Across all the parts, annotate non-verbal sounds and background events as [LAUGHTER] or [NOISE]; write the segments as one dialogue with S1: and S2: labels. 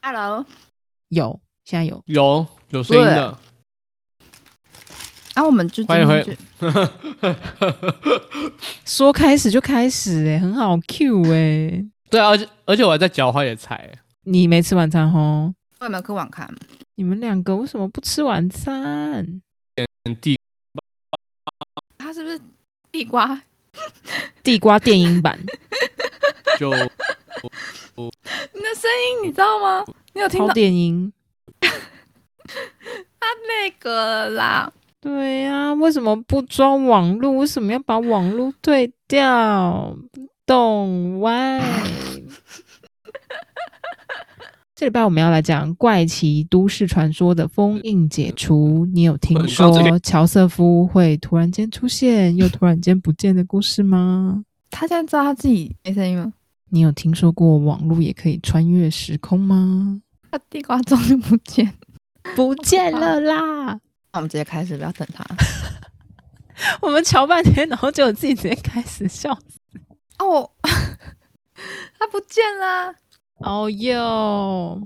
S1: Hello，
S2: 有，现在有。
S3: 有有声音的，
S1: 啊，我们就
S3: 欢迎
S1: 今
S3: 回
S1: 天就
S2: 说开始就开始、欸，很好 Q 哎、
S3: 对啊，而且而且我还在嚼花野菜，
S2: 你没吃晚餐吼？
S1: 我有没有跟网看？
S2: 你们两个为什么不吃晚餐？
S3: 嗯地
S1: 他是不是地瓜？
S2: 地瓜电音 [LAUGHS] 版，
S3: 就
S1: 你的声音你知道吗？你有听
S2: 超
S1: 到
S2: 电音。
S1: 那个啦？
S2: 对呀、为什么不装网路？为什么要把网路退掉？不懂 [LAUGHS] why？这礼拜我们要来讲怪奇都市传说的封印解除。你有听说
S3: 我刚刚
S2: 乔瑟夫会突然间出现又突然间不见的故事吗？
S1: 他现在知道他自己没声音吗？
S2: 你有听说过网路也可以穿越时空吗？
S1: 他地瓜终于不见。
S2: 不见了啦！
S1: 那我们直接开始，不要等他。
S2: [LAUGHS] 我们瞧半天，然后就自己直接开始笑
S1: 哦， [LAUGHS] 我他不见啦！
S2: 哦哟。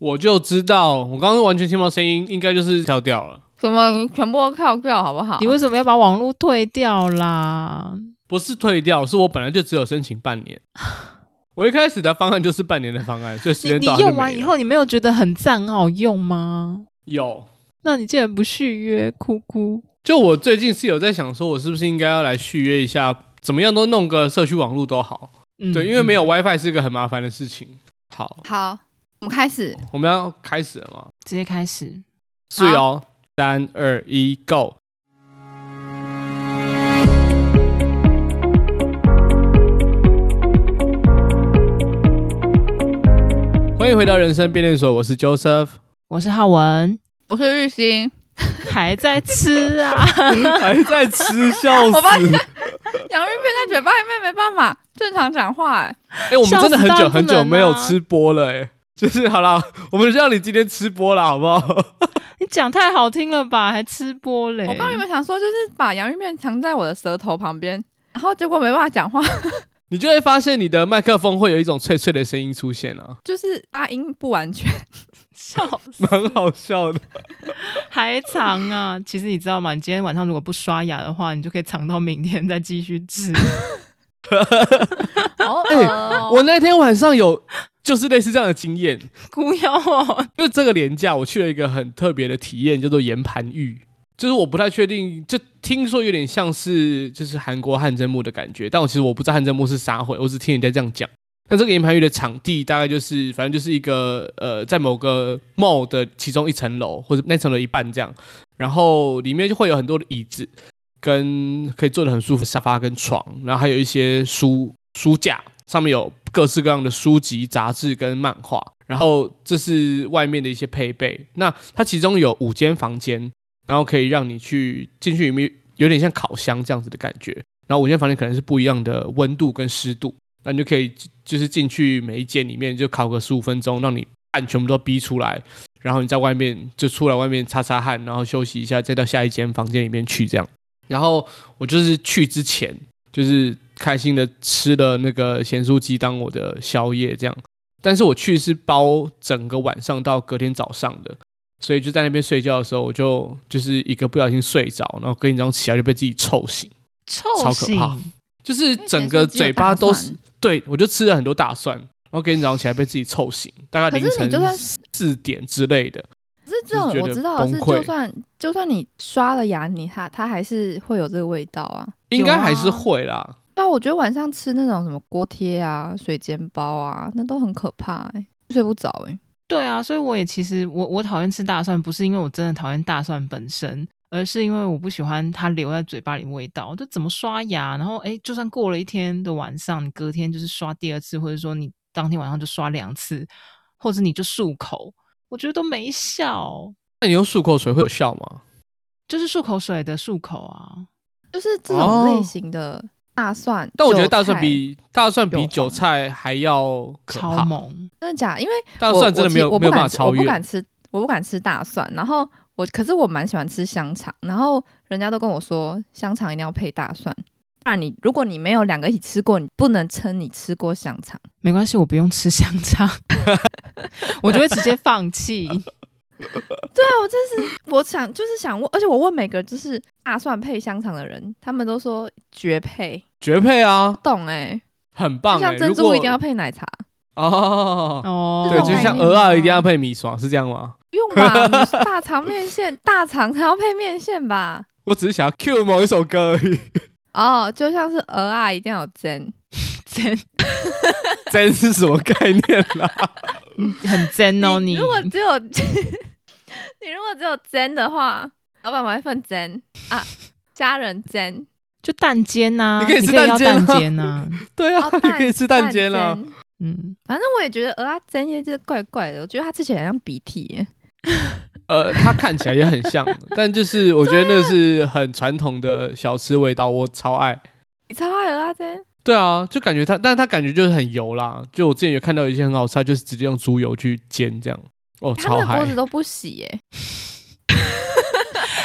S3: 我就知道，我刚刚完全听不到声音，应该就是跳掉了。
S1: 什么全部都跳掉好不好？
S2: 你为什么要把网络退掉啦？
S3: 不是退掉，是我本来就只有申请
S2: [LAUGHS]
S3: 半年。我一开始的方案就是半年的方案，所以时
S2: 你
S3: 间
S2: 你
S3: 到它就
S2: 用完
S3: 没
S2: 以
S3: 了
S2: 后，你没有觉得很赞很好用吗？
S3: 有，
S2: 那你竟然不续约，哭哭！
S3: 就我最近是有在想说，我是不是应该要来续约一下，怎么样都弄个社区网络都好。
S2: 嗯
S3: 对，因为没有
S2: 嗯
S3: WiFi 是一个很麻烦的事情。好，
S1: 好，我们开始。
S3: 我们要开始了吗？
S2: 直接开始。
S3: 是哦，三二一，Go！欢迎回到人生变电所，我是 Joseph，
S2: 我是浩文， [LAUGHS]
S1: 我是玉兴，
S2: 还在吃啊？ [LAUGHS]
S3: 还哎在吃，笑
S1: 我发洋
S3: 死！
S1: 芋片在嘴巴里面没办法正常讲话、哎，
S3: 哎、我们真的很
S2: 笑
S3: 久
S2: 死大
S3: 很
S2: 部门啊
S3: 久没有吃播了、哎，就是好啦，我们让你今天吃播啦，好不好？ [LAUGHS]
S2: 你讲太好听了吧？还吃播嘞？
S1: 我刚原本想说，就是把洋芋片藏在我的舌头旁边，然后结果没办法讲话，
S3: 你就会发现你的麦克风会有一种脆脆的声音出现啊，
S1: 就是发音不完
S3: [LAUGHS]
S1: 全。
S2: 笑死，
S3: 蛮好笑的。
S2: 还藏啊！其实你知道吗？你今天晚上如果不刷牙的话，你就可以藏到明天再继续
S3: [LAUGHS]
S2: 吃。 [LAUGHS]
S1: 哦，
S3: 哎
S1: 呃
S3: 我那天晚上有就是类似这样的经验，
S2: 哭腰哦，
S3: 因为这个廉价，我去了一个很特别的体验，叫做岩盘浴。就是我不太确定，就听说有点像是就是韩国汗蒸木的感觉，但我其实我不知道汗蒸木是啥会，我只听人家这样讲。那这个岩盘浴的场地大概就是，反正就是一个呃，在某个 mall 的其中一层楼或者那层楼一半这样，然后里面就会有很多的椅子，跟可以坐得很舒服的沙发跟床，然后还有一些书书架，上面有各式各样的书籍、杂志跟漫画。然后这是外面的一些配备。那它其中有五间房间，然后可以让你去进去里面，有点像烤箱这样子的感觉。然后五间房间可能是不一样的温度跟湿度，那你就可以就是进去每一间里面就烤个十五分钟，让你汗全部都逼出来，然后你在外面就出来外面擦擦汗，然后休息一下，再到下一间房间里面去这样。然后我就是去之前就是开心的吃了那个咸酥鸡当我的宵夜这样，但是我去是包整个晚上到隔天早上的，所以就在那边睡觉的时候，我就就是一个不小心睡着，然后隔天早上起来就被自己臭醒，
S1: 哦
S2: 臭
S3: 超可怕
S2: 醒！
S3: 就是整个嘴巴都是
S1: 因为咸酥鸡有大蒜，
S3: 对我就吃了很多大蒜，然后隔天早上起来被自己臭醒，大概
S1: 可
S3: 凌
S1: 是你就算
S3: 晨
S1: 是
S3: 四点之类的，
S1: 这种
S3: 就是觉得
S1: 我知道啊的是，
S3: 崩溃
S1: 就算就算你刷了牙，你它它还是会有这个味道啊。
S3: 应该
S2: 有啊
S3: 还是会啦。
S1: 对啊，我觉得晚上吃那种什么锅贴啊、水煎包啊，那都很可怕、欸，睡不着哎、
S2: 对啊，所以我也其实我我讨厌吃大蒜，不是因为我真的讨厌大蒜本身，而是因为我不喜欢它留在嘴巴里的味道。就怎么刷牙，然后诶，就算过了一天的晚上，你隔天就是刷第二次，或者说你当天晚上就刷两次，或者你就漱口，我觉得都没效。
S3: 那你用漱口水会有效吗？
S2: 就是漱口水的漱口啊，
S1: 就是这种类
S3: 哦
S1: 型的大蒜。
S3: 但我觉得大
S1: 韭
S3: 蒜
S1: 菜
S3: 比大蒜比
S1: 有
S3: 韭
S1: 黄
S3: 菜还要可
S2: 超
S3: 怕，
S2: 猛！
S1: 真的假的因为
S3: 大
S1: 我
S3: 蒜真的没有
S1: 我其
S3: 没
S1: 我不
S3: 有办
S1: 敢
S3: 法
S1: 吃
S3: 超
S1: 我
S3: 越
S1: 不。敢吃，我不敢吃大蒜。然后我，可是我蛮喜欢吃香肠，然后人家都跟我说香肠一定要配大蒜，不然你如果你没有两个一起吃过，你不能称你吃过香肠。 [LAUGHS]
S2: 没关系，我不用吃香肠， [LAUGHS] 我就会直接放
S3: [LAUGHS]
S2: 弃。
S1: 对啊，我真是我想就是想问，而且我问每个就是大蒜配香肠的人，他们都说绝配，
S3: 绝配啊，
S1: 懂哎、
S3: 很
S1: 欸，
S3: 棒、
S1: 就
S3: 欸。
S1: 像珍
S3: 如
S1: 珠
S3: 果
S1: 一定要配奶茶，
S3: 哦， [LAUGHS]
S2: 哦，
S3: 对，
S1: 这种
S3: 就像
S1: 概念
S3: 鹅啊一定要配米爽，是这样吗？
S1: 不用吧？你是大肠面线， [LAUGHS] 大肠还要配面线吧？
S3: 我只是想要 cue 某一首歌而已，
S1: 哦，就像是鹅啊，一定要有煎，
S2: 煎，
S3: 真是什么概念啊啦？
S2: 很煎哦你。
S1: 如果只有 [LAUGHS] 你如果只有煎的话，老板我会份煎啊，家人
S3: [LAUGHS]
S1: 煎
S2: 就蛋煎呐、
S3: 你可以吃
S2: 要
S3: 蛋煎啊
S2: 蛋煎呐、
S3: [LAUGHS] 对啊
S1: 哦，，
S3: 你可以吃蛋煎啊啦。
S1: 煎
S2: 嗯，
S1: 反正我也觉得鹅啊煎也是怪怪的，我觉得它吃起来像鼻涕耶。
S3: 呃，它看起来也很像，但就是我觉得那是很传统的小吃味道，我超爱。
S1: 你超爱鹅啊煎，
S3: 对啊，就感觉它，但它感觉就是很油啦。就我之前有看到有一些很好吃，它就是直接用猪油去煎这样，哦，
S1: 他
S3: 超
S1: 们的锅
S3: 嗨
S1: 子。都不洗耶。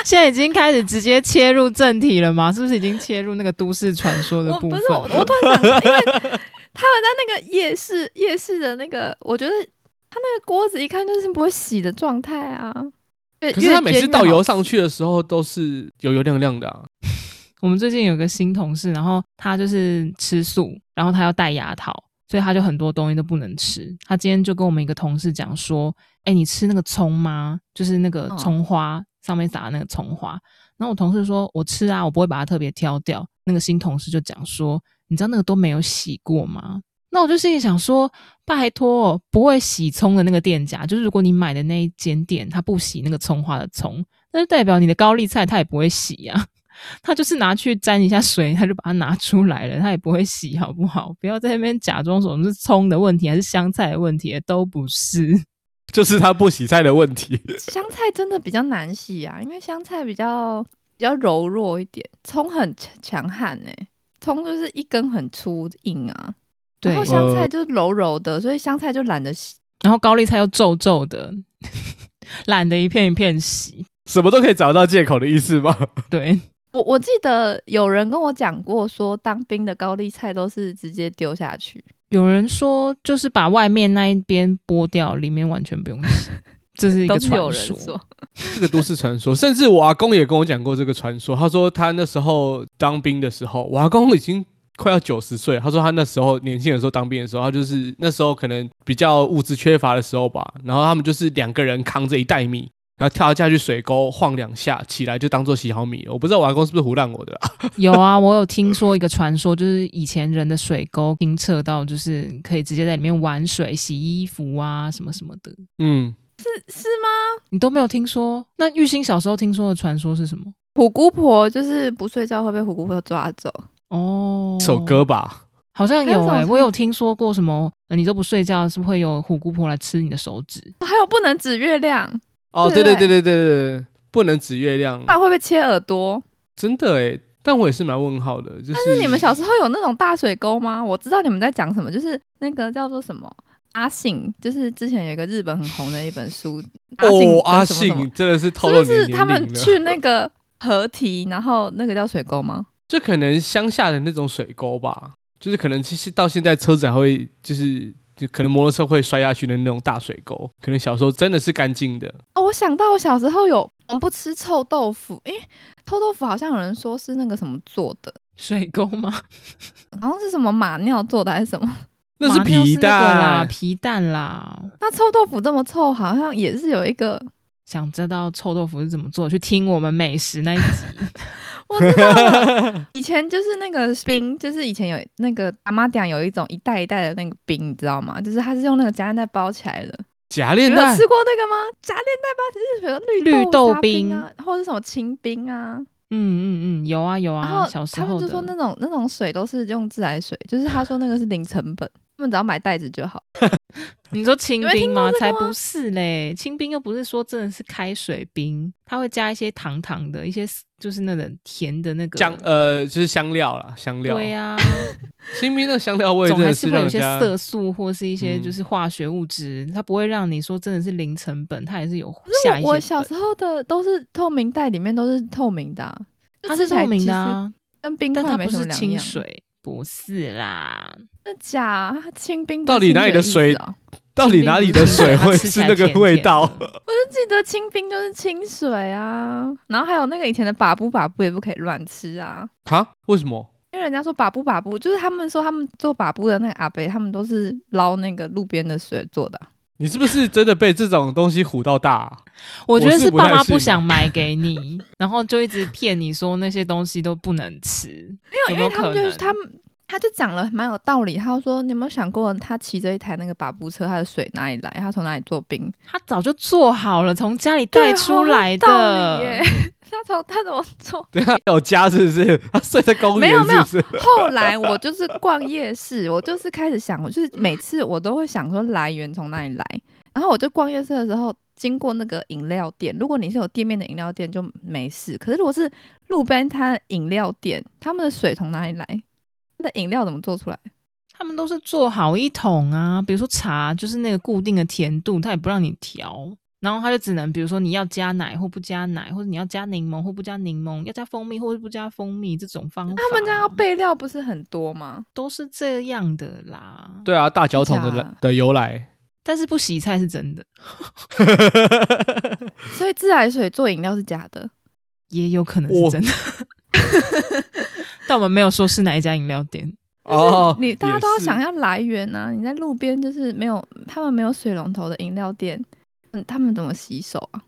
S2: 现在已经开始直接切入正题了吗？是不是已经切入那个都市传说的
S1: 我
S2: 部
S1: 不
S2: 分
S1: 是我，我突然想到，
S3: [LAUGHS]
S1: 因为他们在那个夜市夜市的那个，我觉得他那个锅子一看就是不会洗的状态啊。越
S3: 可是它
S1: 越
S3: 每次
S1: 煎
S3: 倒
S1: 越好
S3: 油上去的时候都是油油亮亮的、啊，
S2: 我们最近有个新同事，然后他就是吃素，然后他要戴牙套，所以他就很多东西都不能吃。他今天就跟我们一个同事讲说：“哎、你吃那个葱吗？就是那个
S1: 嗯
S2: 葱花、上面撒的那个葱花。”然后我同事说：“我吃啊，我不会把它特别挑掉。”那个新同事就讲说：“你知道那个都没有洗过吗？”那我就心里想说，拜托，不会洗葱的那个店家，就是如果你买的那一间店，他不洗那个葱花的葱，那就代表你的高丽菜他也不会洗啊呀、他就是拿去沾一下水，他就把它拿出来了，他也不会洗，好不好？不要在那边假装什么是葱的问题，还是香菜的问题，都不是。
S3: [LAUGHS] 就是它不洗菜的问题。 [LAUGHS]
S1: 香菜真的比较难洗啊，因为香菜比较比较柔弱一点，葱很强强悍哎、葱就是一根很粗硬啊，
S2: 对
S1: 然后，香菜就是柔柔的，所以香菜就懒得洗。
S2: 然后高丽菜又皱皱的， [LAUGHS] 懒得一片一片洗。
S3: 什么都可以找到借口的意思吗？
S2: 对，
S1: 我我记得有人跟我讲过说当兵的高丽菜都是直接丢下去，
S2: 有人说就是把外面那一边剥掉，里面完全不用 [LAUGHS] 洗，这是一个
S1: 都是有人
S2: 传说
S1: 说。。
S3: 这个都市传说，甚至我阿公也跟我讲过这个传说。他说他那时候当兵的时候，我阿公已经快要九十岁了。他说他那时候年轻的时候当兵的时候，他就是那时候可能比较物资缺乏的时候吧。然后他们就是两个人扛着一袋米，然后跳下去水沟晃两下，起来就当做洗好米了。我不知道我阿公是不是胡乱我的啦。
S2: 有啊，我有听说一个传说，就是以前人的水沟清澈到，就是可以直接在里面玩水、洗衣服啊，什么什么的。
S3: 嗯， [LAUGHS]
S1: 是是吗？
S2: 你都没有听说？那玉兴小时候听说的传说是什么？
S1: 虎姑婆就是不睡觉会被虎姑婆抓走，
S2: 哦，
S3: 首歌吧，
S2: 好像有
S1: 还
S2: 哎、
S1: 有什么
S2: 我有听说过什么？呃你都不睡觉，是不是会有虎姑婆来吃你的手指？ [LAUGHS]
S1: 还有不能指月亮，
S3: 哦，对
S1: 对
S3: 对
S1: 对
S3: 对对对对
S1: 哦
S3: 对，不能指月亮
S1: 不，然会被切耳朵。
S3: 真的诶。但我也是蛮问号的，就是
S1: 但是你们小时候有那种大水沟吗？我知道你们在讲什么，就是那个叫做什么阿信，就是之前有一个日本很红的一本书，阿信
S3: 哦
S1: 的
S3: 阿
S1: 什么什么
S3: 信真的是透
S1: 是
S3: 露
S1: 不
S3: 你的
S1: 是
S3: 年
S1: 他们 [LAUGHS]
S3: 龄了
S1: 去那个河堤，然后那个叫水沟吗？
S3: 就可能乡下的那种水沟吧，就是可能其实到现在车子还会就是就可能摩托车会摔下去的那种大水沟，可能小时候真的是干净的。
S1: 哦，我想到我小时候有我们不吃臭豆腐，诶，臭豆腐好像有人说是那个什么做的，
S2: 水沟吗？
S1: 好像是什么马尿做的还是什么。
S3: [LAUGHS]
S1: [LAUGHS]
S3: 那是
S2: 马尿
S3: 皮
S2: 那个啦，
S3: 蛋，
S2: 皮蛋啦。
S1: 那臭豆腐这么臭，好像也是有一个，
S2: 想知道臭豆腐是怎么做？去听我们美食那一集。
S1: 我知道
S2: [LAUGHS]
S1: 了以前就是那个冰，就是以前有那个阿妈店有一种一袋一袋的那个冰，你知道吗？就是它是用那个夹链袋包起来的。
S3: 假
S1: 你
S3: 链
S1: 们有
S3: 蛋
S1: 吃过那个吗？夹链袋包就是比如绿
S2: 绿豆
S1: 豆沙冰啊，或者什么清冰啊。
S2: [LAUGHS] 嗯嗯嗯，有啊有
S1: 然
S2: 啊，
S1: 后
S2: 小时
S1: 他们
S2: 候
S1: 就说
S2: 的
S1: 那种那种水都是用自来水，就是他说那个是零成
S2: [LAUGHS]
S1: 本，他们只要买袋子就好。
S2: 你说清
S1: 你们
S2: 冰
S1: 听过
S2: 吗？
S1: 这个
S2: 才
S1: 吗
S2: 不是嘞，清冰又不是说真的是开水冰，它会加一些糖糖的一些，就是那种甜的那个
S3: 香呃就是香料啦，香料。
S2: 对啊呀、
S3: 新兵的香料味
S2: 总
S3: 真
S2: 还
S3: 的
S2: 是会
S3: 让
S2: 有一
S3: 人
S2: 些
S3: 家
S2: 色素或是一些
S3: 嗯
S2: 就是化学物质，它不会让你说真的是零成本，它也是有
S1: 因
S2: 下一
S1: 为
S2: 些
S1: 我我小
S2: 本
S1: 时候的都是透明袋，里面都是透明的啊、
S2: 它
S1: 吃
S2: 是
S1: 起来
S2: 透明
S1: 其
S2: 的
S1: 实
S2: 啊，
S1: 跟冰
S2: 但它
S1: 块没
S2: 不
S1: 什么
S2: 是
S1: 两
S2: 清
S1: 样。
S2: 水，不是啦，
S1: 真的假？它清冰不
S3: 到
S1: 是
S3: 底
S1: 清
S3: 哪里的
S1: 水意思
S3: 水
S1: 哦
S3: 到底哪里的水会
S2: 吃起
S3: 是
S2: 来
S3: 那个
S2: 甜甜
S3: 味道？ [LAUGHS]
S2: 的
S1: 我就记得清冰就是清水啊，然后还有那个以前的把布把布也不可以乱吃啊，
S3: 啊？为什么？
S1: 因为人家说把布把布，就是他们说他们做把布的那个阿伯，他们都是捞那个路边的水做的啊。
S3: 你是不是真的被这种东西唬到大 [LAUGHS] 啊、
S2: 我觉
S3: 我
S2: 得
S3: 是
S2: 是
S3: 不
S2: 爸
S3: 太
S2: 妈
S3: 信
S2: 不想买给你，然后就一直骗你说那些东西都不能吃，
S1: 没有，因
S2: 有没
S1: 为
S2: 有
S1: 他
S2: 可
S1: 们就
S2: 能
S1: 是？他们。他就讲了蛮有道理，他说：“你有没有想过，他骑着一台那个把布车，他的水哪里来？他从哪里做冰？
S2: 他早就做好了，从家里带
S1: 对好
S2: 出
S1: 有
S2: 来
S1: 道
S2: 的
S1: 理。耶他从他怎么做？
S3: 等一下有家是不是？ [LAUGHS] 他睡在公
S1: 没有
S3: 园是不是？
S1: 后来我就是逛夜市，我就是开始想，我就是每次我都会想说来源从哪里来。然后我就逛夜市的时候，经过那个饮料店，如果你是有店面的饮料店就没事，可是如果是路边摊的饮料店，他们的水从哪里来？那饮料怎么做出来？
S2: 他们都是做好一桶啊，比如说茶就是那个固定的甜度，他也不让你调，然后他就只能比如说你要加奶或不加奶，或者你要加柠檬或不加柠檬，要加蜂蜜或者不加蜂蜜这种方法。
S1: 他们家要备料不是很多吗？
S2: 都是这样的啦，
S3: 对啊，大脚桶的来
S1: 假
S3: 的由来，
S2: 但是不洗菜是真的，
S1: 所以自来水做饮料是假的。
S2: 也有可能是
S3: 我
S2: 真的。 [LAUGHS] 但我们没有说是哪一家饮料店。
S3: 哦，
S1: 你大家都要
S3: 也是
S1: 想要来源啊！你在路边就是没有，他们没有水龙头的饮料店，嗯，他们怎么洗手啊？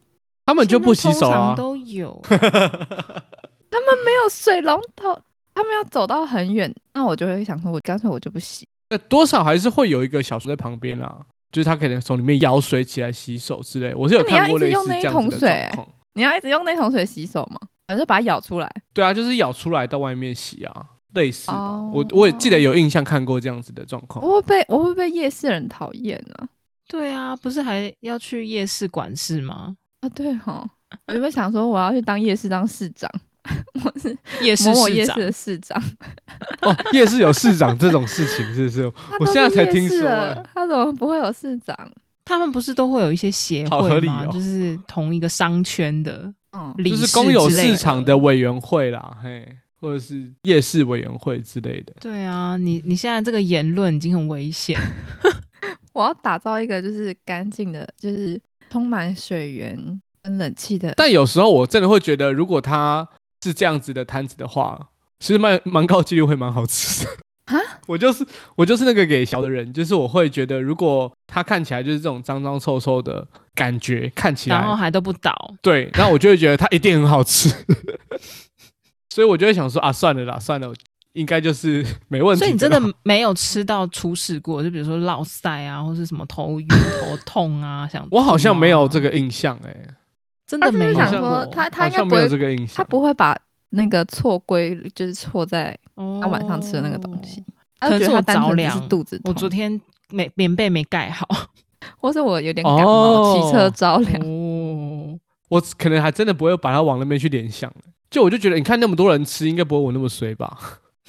S3: 他们就不洗
S2: 现在
S3: 手
S2: 通常
S3: 啊。
S2: 都有。
S1: 他们没有水龙头，他们要走到很远，那我就会想说，我干脆我就不洗。
S3: 那多少还是会有一个小熊在旁边啦，就是他可能从里面舀水起来洗手之类。我是有
S1: 那你要
S3: 看过
S1: 一直
S3: 类似
S1: 用
S3: 这
S1: 那一
S3: 样
S1: 桶
S3: 子的
S1: 水
S3: 状
S1: 欸
S3: 况。
S1: 你要一直用那桶水洗手吗？还是把它舀出来？
S3: 对啊，就是舀出来到外面洗啊，类似吧。
S1: 哦
S3: 我我也记得有印象看过这样子的状况。
S1: 我会被我会被夜市人讨厌啊！
S2: 对啊，不是还要去夜市管事吗？
S3: [LAUGHS]
S1: 啊，对哈，我原本想说我要去当夜市当市长，我是
S2: 夜市
S1: 某某
S2: 市
S1: 夜
S2: 长
S1: 市，的市长。
S3: 哦，夜市有市长这种事情是不是？
S1: 他
S3: 我
S1: 都
S3: 现在
S1: 是
S3: 才
S1: 夜
S3: 听
S1: 市
S3: 说
S1: 了
S3: 欸
S1: 他怎么不会有市长？
S2: 他们不是都会有一些协
S3: 好合
S2: 会
S3: 理
S2: 吗？
S3: 哦
S2: 就是同一个商圈的
S1: 嗯，
S2: 理
S3: 就
S2: 事
S3: 是公有
S2: 之类
S3: 市场
S2: 的。
S3: 的委员会啦，嘿，或者是夜市委员会之类的。
S2: 对啊，你你现在这个言论已经很危险。
S1: 我要打造一个就是干净的，就是充满水源跟冷气的。
S3: 但有时候我真的会觉得，如果他是这样子的摊子的话，其实蛮蛮高几率会蛮好吃的。
S1: 啊，
S3: [LAUGHS] 我就是我就是那个给小的人，就是我会觉得，如果他看起来就是这种脏脏臭臭的感觉，看起
S2: 然后
S3: 来
S2: 还都不
S3: [LAUGHS]
S2: 倒，
S3: 对，那我就会觉得他一定很好吃。 [LAUGHS] 所以我就会想说啊，算了啦，算了，应该就是没问题。
S2: 所以你真的没有吃到出事过，就比如说落腮啊，或是什么头晕、头痛啊，想、
S3: 我好像没有这，个印象哎、欸，
S2: 真的
S1: 啊他就
S2: 没
S1: 是
S2: 有。
S1: 想
S3: 好像
S1: 说他他
S3: 好
S1: 应该
S3: 像
S1: 不
S3: 没有
S1: 会
S3: 这个印象。
S1: 他不会把那个错归，就是错在
S2: 哦
S1: 他晚上吃的那个东西。他
S2: 可能
S1: 觉
S2: 是
S1: 得
S2: 我
S1: 他单
S2: 着
S1: 纯只
S2: 凉
S1: 是肚子痛，
S2: 我昨天没棉被没盖好
S1: 或是我有点感冒，骑、
S3: 哦
S1: 车着凉。
S2: [LAUGHS] 哦，
S3: 我可能还真的不会把它往那边去联想。欸就我就觉得，你看那么多人吃，应该不会我那么衰吧？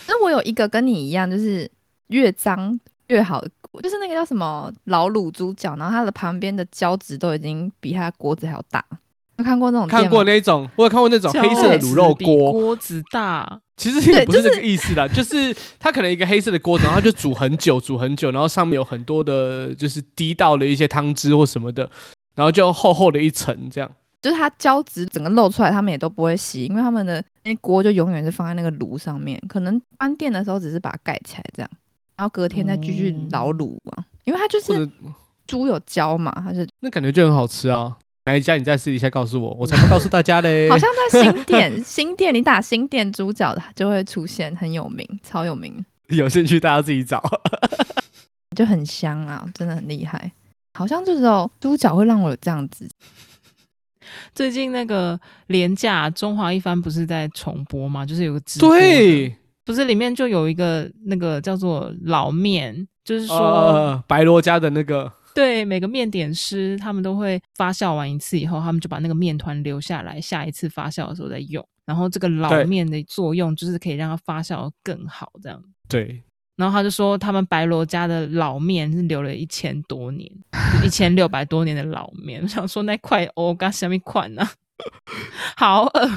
S1: 那我有一个跟你一样，就是越脏越好，就是那个叫什么老卤猪脚，然后它的旁边的胶质都已经比它的锅子还要大。有看过那种店吗
S3: 看过那种，我有看过那种黑色的卤肉
S2: 比
S3: 锅，
S2: 锅子大，
S3: 其实
S1: 对
S3: 也不是
S1: 就
S3: 这
S1: 是
S3: 个意思啦， [LAUGHS] 就是它可能一个黑色的锅子，然后它就煮很久，煮很久，然后上面有很多的，就是滴到了一些汤汁或什么的，然后就厚厚的一层这样。
S1: 就是它胶质整个露出来，他们也都不会洗，因为他们的那锅就永远是放在那个炉上面。可能关店的时候只是把它盖起来这样，然后隔天再继续
S2: 嗯
S1: 老卤啊，因为它就
S3: 或
S1: 是
S3: 者
S1: 猪有胶嘛，它就
S3: 那感觉就很好吃啊！哪一家？你在私底下告诉我，我才不告诉大家
S1: [LAUGHS]
S3: 嘞。
S1: 好像在新店， [LAUGHS] 新店你打新店猪脚它就会出现，很有名，超有名，
S3: [LAUGHS] 有兴趣大家自己
S1: [LAUGHS]
S3: 找。
S1: 就很香啊，真的很厉害。好像就只有猪脚会让我有这样子，
S2: 最近那个廉价《中华一番》不是在重播吗？就是有个直播的，
S3: [LAUGHS] 对，
S2: 不是里面就有一个那个叫做老面，就是说、
S3: 呃，白罗家的那个，
S2: 对每个面点师他们都会发酵完一次以后，他们就把那个面团留下来，下一次发酵的时候再用。然后这个老
S3: 对
S2: 面的作用就是可以让它发酵得更好，这样。
S3: 对，
S2: 然后他就说，他们白罗家的老面是留了一 [LAUGHS] 千多年，一千六百多年的老面。我想说那块欧嘎下面款呢、 [LAUGHS] 好饿。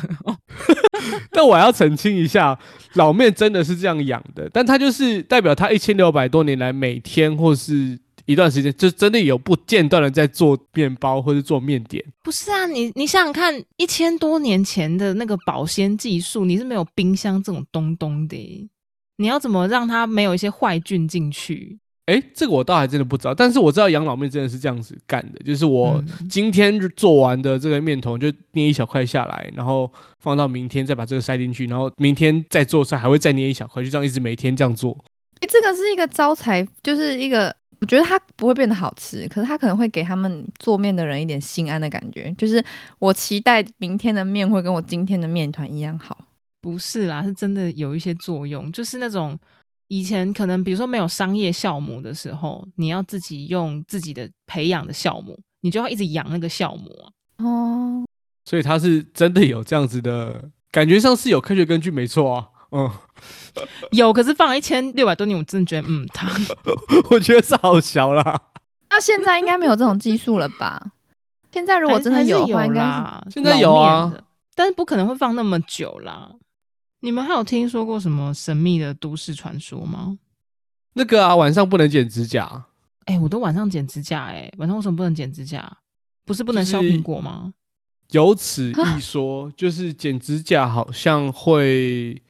S3: [LAUGHS] 但我还要澄清一下，老面真的是这样养的，但它就是代表它一千六百多年来每天或是一段时间，就真的有不间断的在做面包或是做面点。
S2: 不是啊，你你想想看，一千多年前的那个保鲜技术，你是没有冰箱这种东东的耶，你要怎么让它没有一些坏菌进去？
S3: 哎，这个我倒还真的不知道，但是我知道养老面真的是这样子干的，就是我
S2: 嗯
S3: 今天做完的这个面团就捏一小块下来，然后放到明天再把这个塞进去，然后明天再做出来还会再捏一小块，就这样一直每天这样做。
S1: 欸这个是一个招财，就是一个，我觉得它不会变得好吃，可是它可能会给他们做面的人一点心安的感觉，就是我期待明天的面会跟我今天的面团一样好。
S2: 不是啦，是真的有一些作用，就是那种以前可能比如说没有商业酵母的时候，你要自己用自己的培养的酵母，你就要一直养那个酵母啊。
S1: 哦，
S3: 所以它是真的有这样子的感觉上是有科学根据，没错啊。嗯，
S2: 有，可是放一千六百多年，我真的觉得嗯，它
S3: [LAUGHS] 我觉得是好小啦。
S1: 那现在应该没有这种技术了吧？现在如果真的
S2: 还是
S1: 有
S2: 有
S1: 的话，应该是
S2: 啦，
S3: 现在有啊
S2: 老面的，但是不可能会放那么久啦。你们还有听说过什么神秘的都市传说吗？
S3: 那个啊，晚上不能剪指甲，
S2: 哎、我都晚上剪指甲、哎，晚上为什么不能剪指甲？不是不能
S3: 就是
S2: 削苹果吗？
S3: 有此一 [LAUGHS] 说，就是剪指甲好像会，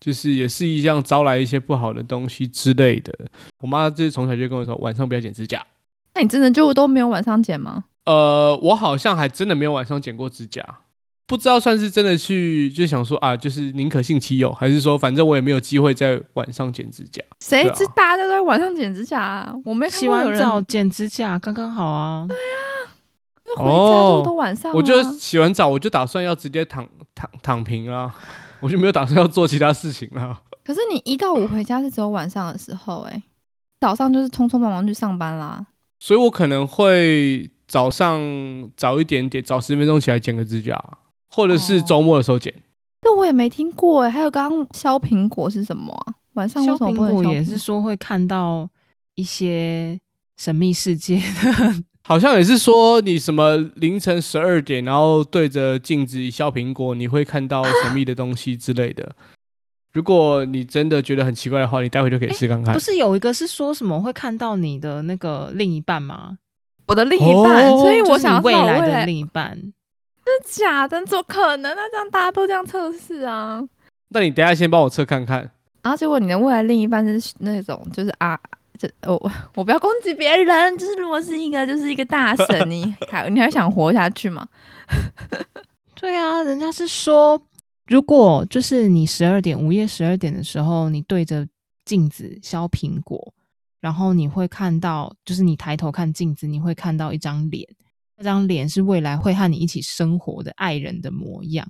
S3: 就是也是一样招来一些不好的东西之类的。我妈就是从小就跟我说，晚上不要剪指甲。
S1: 那你真的就都没有晚上剪吗？
S3: 呃，我好像还真的没有晚上剪过指甲，不知道算是真的去就想说啊，就是宁可信其有，还是说反正我也没有机会在晚上剪指甲。
S1: 谁
S3: 对啊
S1: 知大家都在晚上剪指甲啊？我没看
S2: 洗
S1: 过有
S2: 完
S1: 人
S2: 澡剪指甲刚刚好啊。
S1: 就回家
S3: 哦
S1: 就都晚上、啊
S3: 我就洗完澡，我就打算要直接躺躺躺平啦，我就没有打算要做其他事情啦。
S1: 可是你一到五回家是只有晚上的时候、欸，早上就是匆匆忙忙去上班啦。
S3: 所以我可能会早上早一点点，早十分钟起来剪个指甲，或者是周末的时候剪。
S1: 这我也没听过哎、还有刚刚削苹果是什么啊、晚上为
S2: 削
S1: 什么
S2: 苹
S1: 不能
S2: 果
S1: 削
S2: 也是说会看到一些神秘世界的
S3: 好像也是说你什么凌晨十二点，然后对着镜子削苹果，你会看到神秘的东西之类的。如果你真的觉得很奇怪的话，你待会就可以试看看
S2: 不。是有一个是说什么会看到你的那个另一半吗？
S1: 我的另一半？
S3: 哦
S1: 所以
S2: 就
S1: 我
S2: 是你
S1: 想要知
S2: 未
S1: 道我
S2: 来
S1: 未
S2: 的
S1: 来
S2: 另一半。
S1: 真的假的？怎么可能？那这样大家都这样测试啊？
S3: 那你等一下先帮我测看看。
S1: 然后结果你的未来另一半是那种就是啊，这我、哦、我不要攻击别人，就是如果是一个就是一个大神，你还你还想活下去吗？
S2: 对啊，人家是说，如果就是你十二点午夜十二点的时候，你对着镜子削苹果，然后你会看到，就是你抬头看镜子，你会看到一张脸，那张脸是未来会和你一起生活的爱人的模样。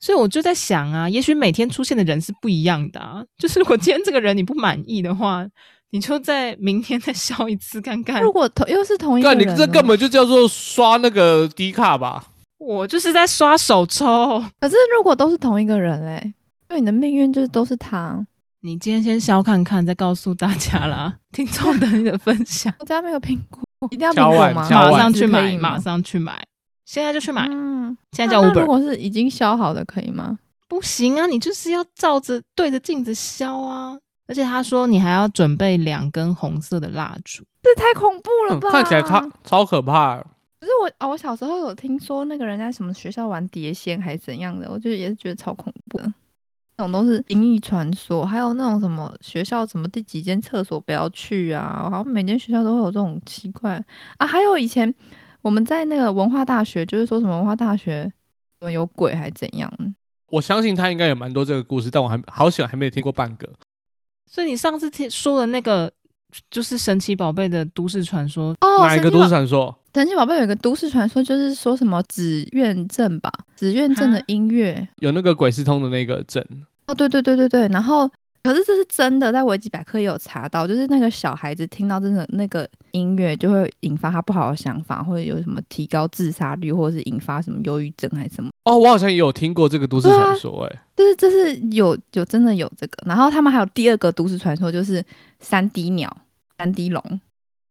S2: 所以我就在想啊，也许每天出现的人是不一样的啊。就是如果今天这个人你不满意的话，你就在明天再 [LAUGHS] 削一次看看。
S1: 如果同又是同一个
S3: 干，你
S1: 人哦呢，
S3: 这根本就叫做刷那个低卡吧？
S2: 我就是在刷手抽。
S1: 可是如果都是同一个人哎、欸，因为你的命运就是都是他。
S2: 你今天先削看看，再告诉大家啦。
S1: [LAUGHS]
S2: 听众等你的分享，
S1: 我家没有苹果，一定要苹
S3: 敲
S1: 果
S3: 碗
S1: 吗？
S3: 敲
S2: 马
S3: 碗
S2: 上去
S1: 可
S2: 买，
S1: 以吗
S2: 马上去买，现在就去买，
S1: 嗯，
S2: 现在叫
S1: 那那如
S2: Uber。
S1: 果是已经削好的，可以吗？
S2: 不行啊，你就是要照着对着镜子削啊。而且他说你还要准备两根红色的蜡烛，
S1: 这太恐怖了
S3: 嗯
S1: 吧！
S3: 看起来超超可怕的。
S1: 可是我哦，我小时候有听说那个人在什么学校玩碟仙还是怎样的，我就也是觉得超恐怖的。那种都是灵异传说，还有那种什么学校什么第几间厕所不要去啊，好像每间学校都会有这种奇怪啊。还有以前我们在那个文化大学，就是说什么文化大学什么有鬼还是怎样，
S3: 我相信他应该有蛮多这个故事，但我还好险还没有听过半个。
S2: 所以你上次听说的那个就是神奇宝贝的都市传说，
S1: 哦，
S3: 哪一
S1: 神
S3: 个
S1: 奇
S3: 都啊
S1: 宝
S3: 市传说？
S1: 神奇宝贝有一个都市传说，就是说什么紫苑镇吧，紫苑镇的
S2: 哈
S1: 音乐。
S3: 有那个鬼斯通的那个镇，
S1: 哦，对对对对对。然后，可是这是真的，在维基百科也有查到，就是那个小孩子听到真的那个音乐，就会引发他不好的想法，或者有什么提高自杀率，或者是引发什么忧郁症还是什么。
S3: 哦，我好像也有听过这个都市传说、哎、
S1: 就是这是有有真的有这个，然后他们还有第二个都市传说，就是三 D 鸟、三 D 龙，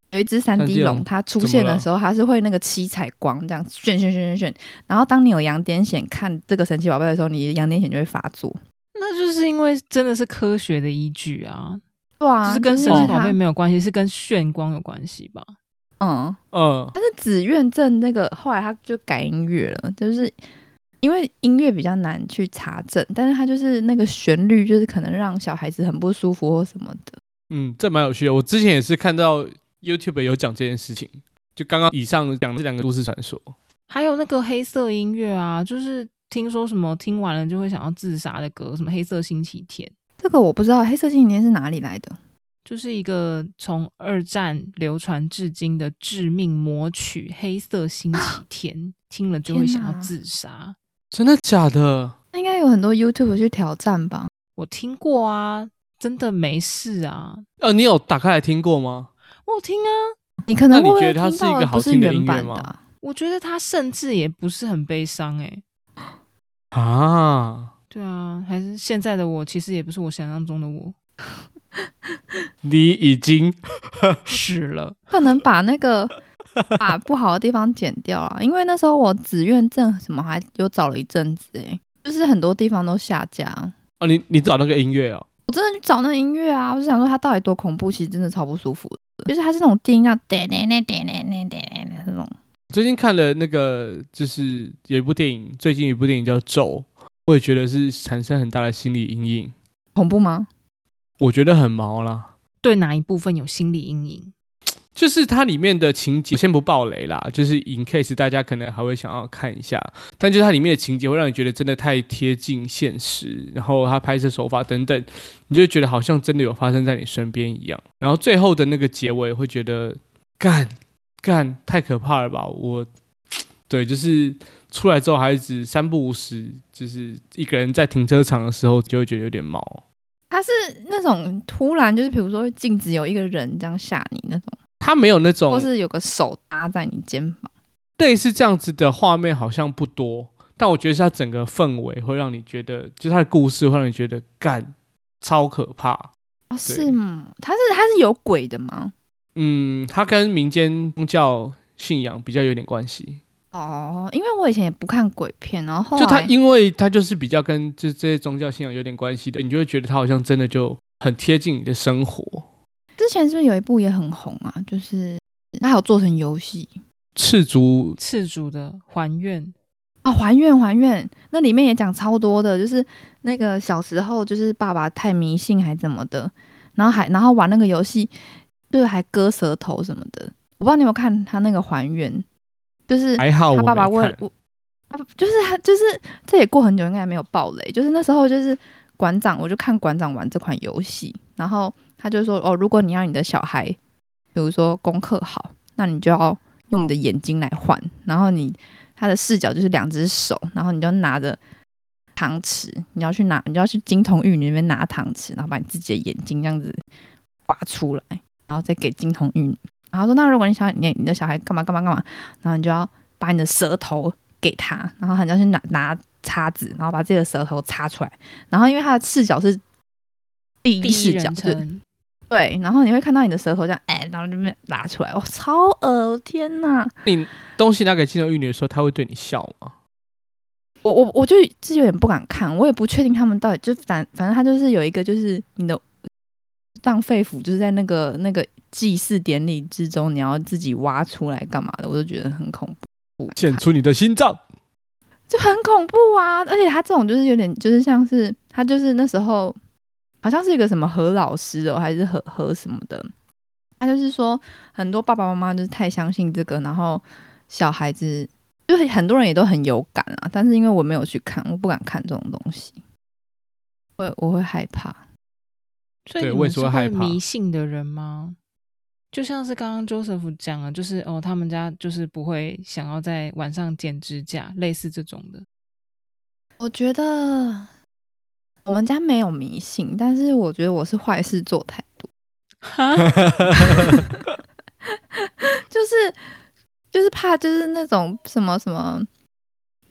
S1: 有一只三
S3: 三
S1: D
S3: D
S1: 龙，
S3: 龙
S1: 它出
S3: 怎
S1: 现
S3: 么
S1: 的
S3: 了
S1: 时候，它是会那个七彩光这样炫炫炫炫炫。然后当你有羊癫痫看这个神奇宝贝的时候，你羊癫痫就会发作。
S2: 那就是因为真的是科学的依据啊，
S1: 对啊，
S2: 就是跟
S1: 就
S2: 神
S1: 因
S2: 奇
S1: 为
S2: 宝贝
S1: 它
S2: 没有关系，是跟眩光有关系吧？
S1: 嗯，
S3: 嗯，
S1: 但是紫苑镇那个后来他就改音乐了，就是因为音乐比较难去查证，但是它就是那个旋律，就是可能让小孩子很不舒服或什么的。
S3: 嗯，这蛮有趣的。我之前也是看到 YouTube 有讲这件事情，就刚刚以上讲的这两个都市传说。
S2: 还有那个黑色音乐啊，就是听说什么听完了就会想要自杀的歌，什么黑色星期天，
S1: 这个我不知道黑色星期天是哪里来的，
S2: 就是一个从二战流传至今的致命魔曲《黑色星期
S1: [LAUGHS]
S2: 天》，听了就会想
S1: 天
S2: 要
S1: 哪
S2: 自杀。
S3: 真的假的？
S1: 那应该有很多 YouTube 去挑战吧？ [LAUGHS]
S2: 我听过啊，真的没事啊，
S3: 呃，你有打开来听过吗？
S2: 我有听啊。
S1: 你可能
S3: 那你
S1: 会不会
S3: 觉得它
S1: 听
S3: 是一
S1: 到
S3: 个
S1: 的
S3: 好
S1: 不是
S3: 听的音
S1: 原
S3: 乐
S1: 版的
S3: 吗
S1: 啊、
S2: 我觉得他甚至也不是很悲伤诶、欸
S3: 啊，
S2: 对啊，还是现在的我，其实也不是我想象中的我，
S3: 你已经
S2: 死了。
S1: 可能把那个把不好的地方剪掉了，因为那时候我紫苑镇什么还有找了一阵子、欸，就是很多地方都下架。啊
S3: 哦，你你找那个音乐哦，
S1: 我真的去找那个音乐啊，我就想说它到底多恐怖，其实真的超不舒服的，就是它是那种电音那点点点点点点点那种。
S3: 最近看了那个，就是有一部电影，最近有一部电影叫《咒》，我也觉得是产生很大的心理阴影，
S1: 恐怖吗？
S3: 我觉得很毛啦。
S2: 对哪一部分有心理阴影？
S3: 就是它里面的情节，先不爆雷啦，就是 in case 大家可能还会想要看一下，但就是它里面的情节会让你觉得真的太贴近现实，然后它拍摄手法等等，你就会觉得好像真的有发生在你身边一样。然后最后的那个结尾会觉得，干干太可怕了吧！我对，就是出来之后还一直三不五时，就是一个人在停车场的时候就会觉得有点毛。
S1: 它是那种突然就是，比如说镜子有一个人这样吓你那种，
S3: 他没有那
S1: 或
S3: 种
S1: 是有个手搭在你肩膀。
S3: 类似这样子的画面好像不多，但我觉得是它整个氛围会让你觉得，就是它的故事会让你觉得干超可怕。
S1: 哦，是吗？它是它是有鬼的吗？
S3: 嗯，它跟民间宗教信仰比较有点关系，
S1: 哦，因为我以前也不看鬼片，然后后
S3: 就它
S1: 来
S3: 因为它就是比较跟这这些宗教信仰有点关系的，你就会觉得它好像真的就很贴近你的生活。
S1: 之前是不是有一部也很红啊？就是它有做成游戏
S3: 赤足
S2: 次主的还愿，
S1: 啊，还愿还愿，那里面也讲超多的，就是那个小时候就是爸爸太迷信还怎么的，然后还然后玩那个游戏，就是还割舌头什么的。我不知道你有没有看他那个还愿，就是
S3: 还好我
S1: 他
S3: 没
S1: 爸爸为
S3: 看
S1: 了我，他就是他就是这也过很久，应该也没有爆雷。就是那时候就是馆长，我就看馆长玩这款游戏，然后他就说哦，如果你要你的小孩，比如说功课好，那你就要用你的眼睛来换，然后你他的视角就是两只手，然后你就拿着。糖匙，你要去拿，你就要去金童玉女那边拿糖匙，然后把你自己的眼睛这样子挖出来，然后再给金童玉女。然后说，那如果你想你你的小孩干嘛干嘛干嘛，然后你就要把你的舌头给他，然后他就去拿拿叉子，然后把自己的舌头插出来。然后因为他的视角是第一
S2: 第一
S1: 视角，
S2: 人
S1: 就是
S2: 称，
S1: 对，然后你会看到你的舌头这样，哎、然后就被拉出来，哇、超恶天呐！
S3: 你东西拿给金童玉女的时候，他会对你笑吗？
S1: 我我我就是有点不敢看，我也不确定他们到底就反反正他就是有一个就是你的让肺腑就是在那个那个祭祀典礼之中，你要自己挖出来干嘛的，我就觉得很恐怖。
S3: 显出你的心脏。 [LAUGHS]
S1: 就很恐怖啊！而且他这种就是有点，就是像是他就是那时候好像是一个什么何老师哦，还是何何什么的，他就是说很多爸爸妈妈就是太相信这个，然后小孩子就是很多人也都很有感啊，但是因为我没有去看，我不敢看这种东西，我我会害怕。
S2: 所以
S3: 对
S2: 你
S3: 我也
S2: 们
S3: 是
S2: 是
S3: 会害
S2: 会
S3: 怕
S2: 迷信的人吗？就像是刚刚 Joseph 讲了，就是哦，他们家就是不会想要在晚上剪指甲，类似这种 [LAUGHS] 的。
S1: 我觉得我们家没有迷信，但是我觉得我是坏事做太多。
S2: 哈，
S1: 就是就是怕就是那种什么什么，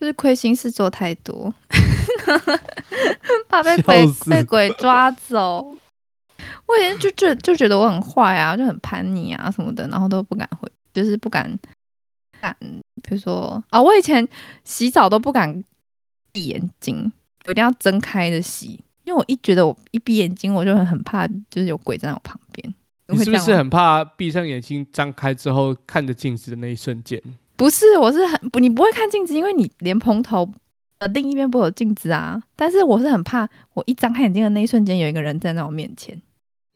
S1: 就是亏心事做太多， [LAUGHS] 怕被
S3: 笑
S1: 鬼
S3: 死 [LAUGHS]
S1: 被鬼抓走。我以前就就就觉得我很坏啊，就很叛逆啊什么的，然后都不敢回，就是不敢敢，比如说啊、我以前洗澡都不敢闭眼睛，我一定要睁开着洗，因为我一觉得我一闭眼睛我就很很怕，就是有鬼站在我旁边。
S3: 你
S1: 会
S3: 是不
S1: 这样
S3: 是
S1: 吗
S3: 很怕闭上眼睛张开之后看着镜子的那一瞬间？
S1: 不是，我是很不，你不会看镜子，因为你连蓬头的另一边不会有镜子啊。但是我是很怕，我一张开眼睛的那一瞬间，有一个人站在我面前。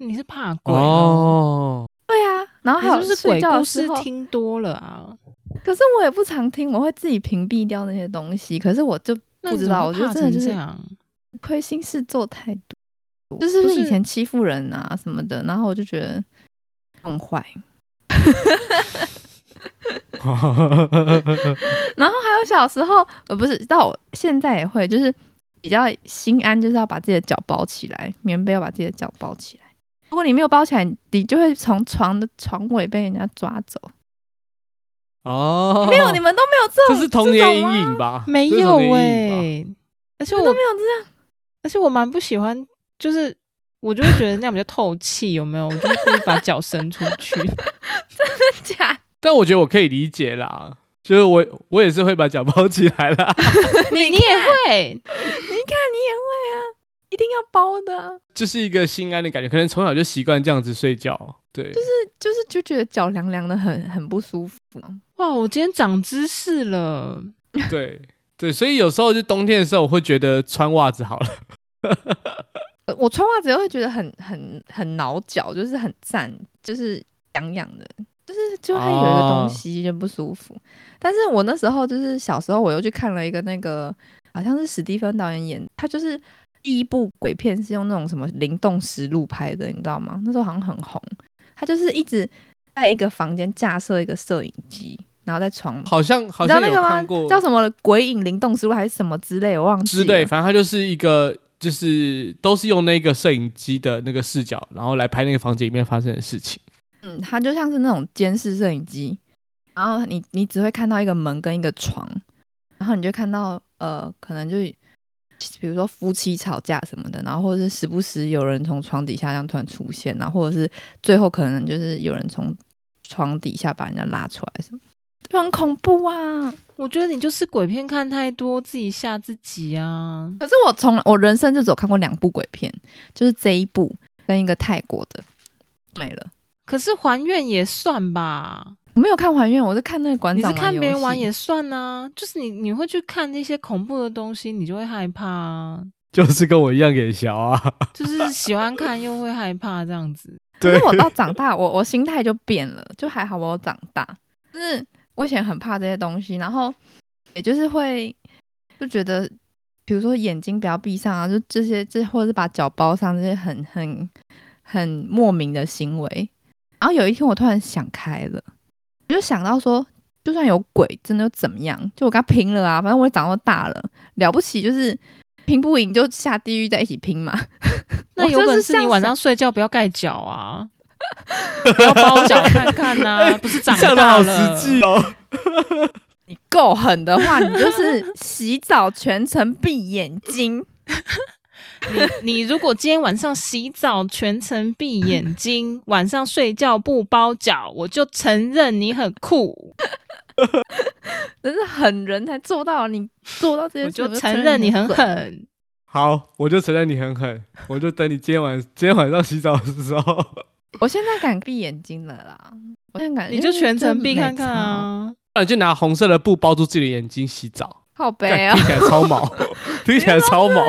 S2: 你是怕鬼哦？
S3: 哦，
S1: 对啊，然后
S2: 你
S1: 还有
S2: 是不是
S1: 睡
S2: 鬼
S1: 觉
S2: 故
S1: 的时
S2: 事
S1: 候，
S2: 听多了啊？
S1: 可是我也不常听，我会自己屏蔽掉那些东西。可是我就
S2: 那
S1: 不
S2: 你
S1: 知
S2: 怎么
S1: 道，
S2: 会
S1: 我觉得
S2: 怕
S1: 真的
S2: 成
S1: 就是
S2: 这样。
S1: 亏心事做太多，就是不
S2: 不
S1: 是
S2: 是
S1: 以前欺负人啊什么的，然后我就觉得很坏。 [LAUGHS] 然后还有小时候，呃，不是到我现在也会，就是比较心安，就是要把自己的脚包起来，棉被要把自己的脚包起来。如果你没有包起来，你就会从床的床尾被人家抓走。
S3: 哦，
S1: 没有，你们都没有这
S3: 这
S1: 种，
S3: 是童年
S1: 这种吗啊
S3: 阴影吧？
S2: 没
S3: 这是童
S2: 有
S3: 年阴
S2: 哎、
S3: 影吧
S1: 欸
S2: 而且
S1: 你们都
S2: 我
S1: 没有这样。
S2: 而且我蛮不喜欢，就是我就会觉得那样比较透气，有没有？我就会故意把脚伸出 [LAUGHS] 去。
S1: 假
S3: 但我觉得我可以理解啦，就是我我也是会把脚包起来啦。 [LAUGHS]
S2: 你你也会？
S1: 你也会啊，一定要包的啊、
S3: 就是一个心安的感觉，可能从小就习惯这样子睡觉。对，就是
S1: 就是就觉得脚凉凉的很，很不舒服。
S2: 哇，我今天长知识了。
S3: 对对，所以有时候就冬天的时候，我会觉得穿袜子好了。
S1: 呃我穿袜子又会觉得很很很挠脚，就是很赞，就是痒痒的，就是就会有一个
S3: 哦
S1: 东西就不舒服。但是我那时候就是小时候，我又去看了一个那个好像是史蒂芬导演演，他就是第一部鬼片是用那种什么灵动实录拍的，你知道吗？那时候好像很红，他就是一直在一个房间架设一个摄影机，然后在床。
S3: 好像好
S1: 你知道
S3: 像
S1: 那
S3: 有
S1: 个
S3: 看
S1: 吗？
S3: 过
S1: 叫什么啊“鬼影灵动实录”还是什么之类，我忘记
S3: 之
S1: 了。
S3: 类，反正它就是一个，就是都是用那个摄影机的那个视角，然后来拍那个房间里面发生的事情。
S1: 嗯，它就像是那种监视摄影机，然后你你只会看到一个门跟一个床，然后你就看到呃，可能就是比如说夫妻吵架什么的，然后或者是时不时有人从床底下这样突然出现，然后或者是最后可能就是有人从床底下把人家拉出来什么，就很恐怖啊！
S2: 我觉得你就是鬼片看太多，自己吓自己啊。
S1: 可是我从我人生就只有看过两部鬼片，就是这一部跟一个泰国的没了。
S2: 可是还愿也算吧，
S1: 我没有看还原，我是看那个馆
S2: 你
S1: 长
S2: 是看
S1: 游
S2: 别人玩
S1: 戏
S2: 也算啊，就是你你会去看那些恐怖的东西，你就会害怕啊，
S3: 就是跟我一样给小啊，
S2: 就是 [LAUGHS] 喜欢看又会害怕这样子。
S1: 可是我到长大，我我心态就变了，就还好我有长大，就是我以前很怕这些东西，然后也就是会就觉得，比如说眼睛不要闭上啊，就这些这或者是把脚包上这些很很很莫名的行为。然后有一天我突然想开了，我就想到说，就算有鬼，真的又怎么样？就我跟他拼了啊，反正我也长到大了，了不起就是拼不赢就下地狱再一起拼嘛。
S2: 那有
S1: 我就是
S2: 本
S1: 哦
S2: 事
S1: 这
S2: 你
S1: 样
S2: 晚
S1: 想
S2: 上睡觉不要盖脚啊， [LAUGHS] 不要包脚看看呐、不是长
S3: [LAUGHS] 想的
S2: 大
S3: 好
S2: 了。
S3: 实际哦。
S1: 你够狠的话，
S2: [LAUGHS]
S1: 你就是洗澡全程闭眼
S2: [LAUGHS]
S1: 睛。
S2: 你你如果今天晚上洗澡全程闭眼睛，晚上睡觉不包脚，我就承认你很酷，
S1: 真是狠人才做到，你做到这
S2: 我
S1: 些事，
S2: 就承认你很
S1: 狠。
S2: 狠。
S3: 好，我就承认你很狠，我就等你今天晚今天晚上洗澡的时候。
S1: 我现在敢闭眼睛了啦，我现在敢，
S2: 你就全程闭看看
S1: 因为
S2: 啊！
S3: 不然就拿红色的布包住自己的眼睛洗澡，
S1: 这没差，靠背
S3: 干
S1: 啊
S3: 听，起来超毛，听起来超毛。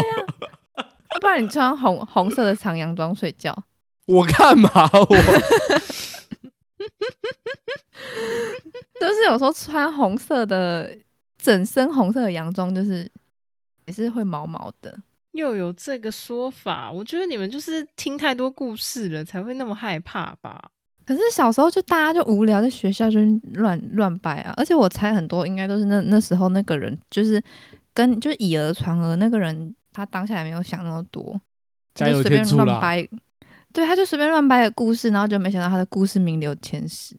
S1: 不然你穿红红色的长洋装睡觉，
S3: 我干嘛我？
S1: 就是有时候穿红色的整身红色的洋装，就是也是会毛毛的。
S2: 又有这个说法，我觉得你们就是听太多故事了，才会那么害怕吧？
S1: 可是小时候就大家就无聊，在学校就是乱乱掰啊，而且我猜很多应该都是那那时候那个人就是跟就是以讹传讹，那个人他当下也没有想那么多，他
S3: 加油
S1: 就随便
S3: 添醋
S1: 乱
S3: 啦！
S1: 掰，对，他就随便乱掰的故事，然后就没想到他的故事名留千史。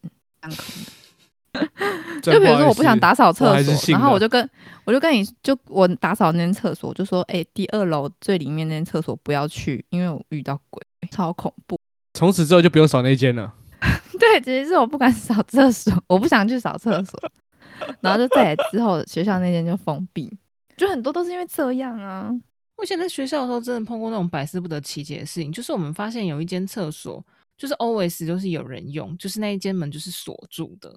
S1: 就比如说我不想打扫
S3: 我
S1: 厕
S3: 还是
S1: 所，
S3: 信
S1: 然后
S3: 了
S1: 我就跟我就跟你就我打扫那间厕所，我就说哎、第二楼最里面那间厕所不要去，因为我遇到鬼，超恐怖。
S3: 从此之后就不用扫那间了。
S1: [LAUGHS] 对，其实是我不敢扫厕所，我不想去扫厕所，然后就再也之后学校那间就封闭，就很多都是因为这样啊。
S2: 我以前在学校的时候，真的碰过那种百思不得其解的事情，就是我们发现有一间厕所，就是 always 就是有人用，就是那一间门就是锁住的。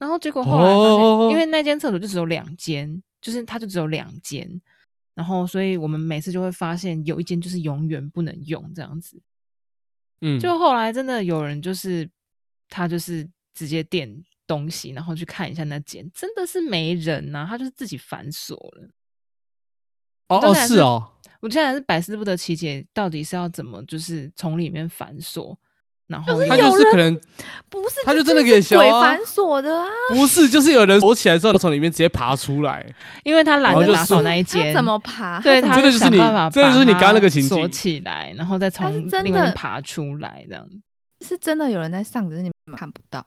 S2: 然后结果后来发现
S3: 哦
S2: 因为那间厕所就只有两间，就是它就只有两间，然后所以我们每次就会发现有一间就是永远不能用这样子。
S3: 嗯，
S2: 就后来真的有人就是他就是直接垫东西，然后去看一下那间，真的是没人呐、他就是自己反锁了。
S3: 哦
S2: 真
S3: 哦
S2: 的还是
S3: 是哦，
S2: 我现在是百思不得其解，到底是要怎么就是从里面反锁，然后
S3: 他就是可能
S1: 不是，
S3: 他就
S1: 这
S3: 真的
S1: 是
S3: 给小
S1: 鬼
S3: 啊
S1: 反锁的啊！
S3: 不是，就是有人躲起来之后从里面直接爬出来。
S2: 因为他懒得
S3: 然后就
S2: 打扫
S3: 是
S2: 那一
S1: 他
S2: 间，
S1: 怎么爬？
S2: 对
S1: 他
S2: 他
S3: 真的就是
S2: 想
S3: 你
S2: 办法
S3: 真的就是你刚刚那个情
S2: 把它锁
S3: 境
S2: 起来，然后再
S1: 他是
S2: 从
S1: 真
S2: 另外
S1: 的
S2: 爬出来这样。
S1: 是真的有人在上，只是你们看不到。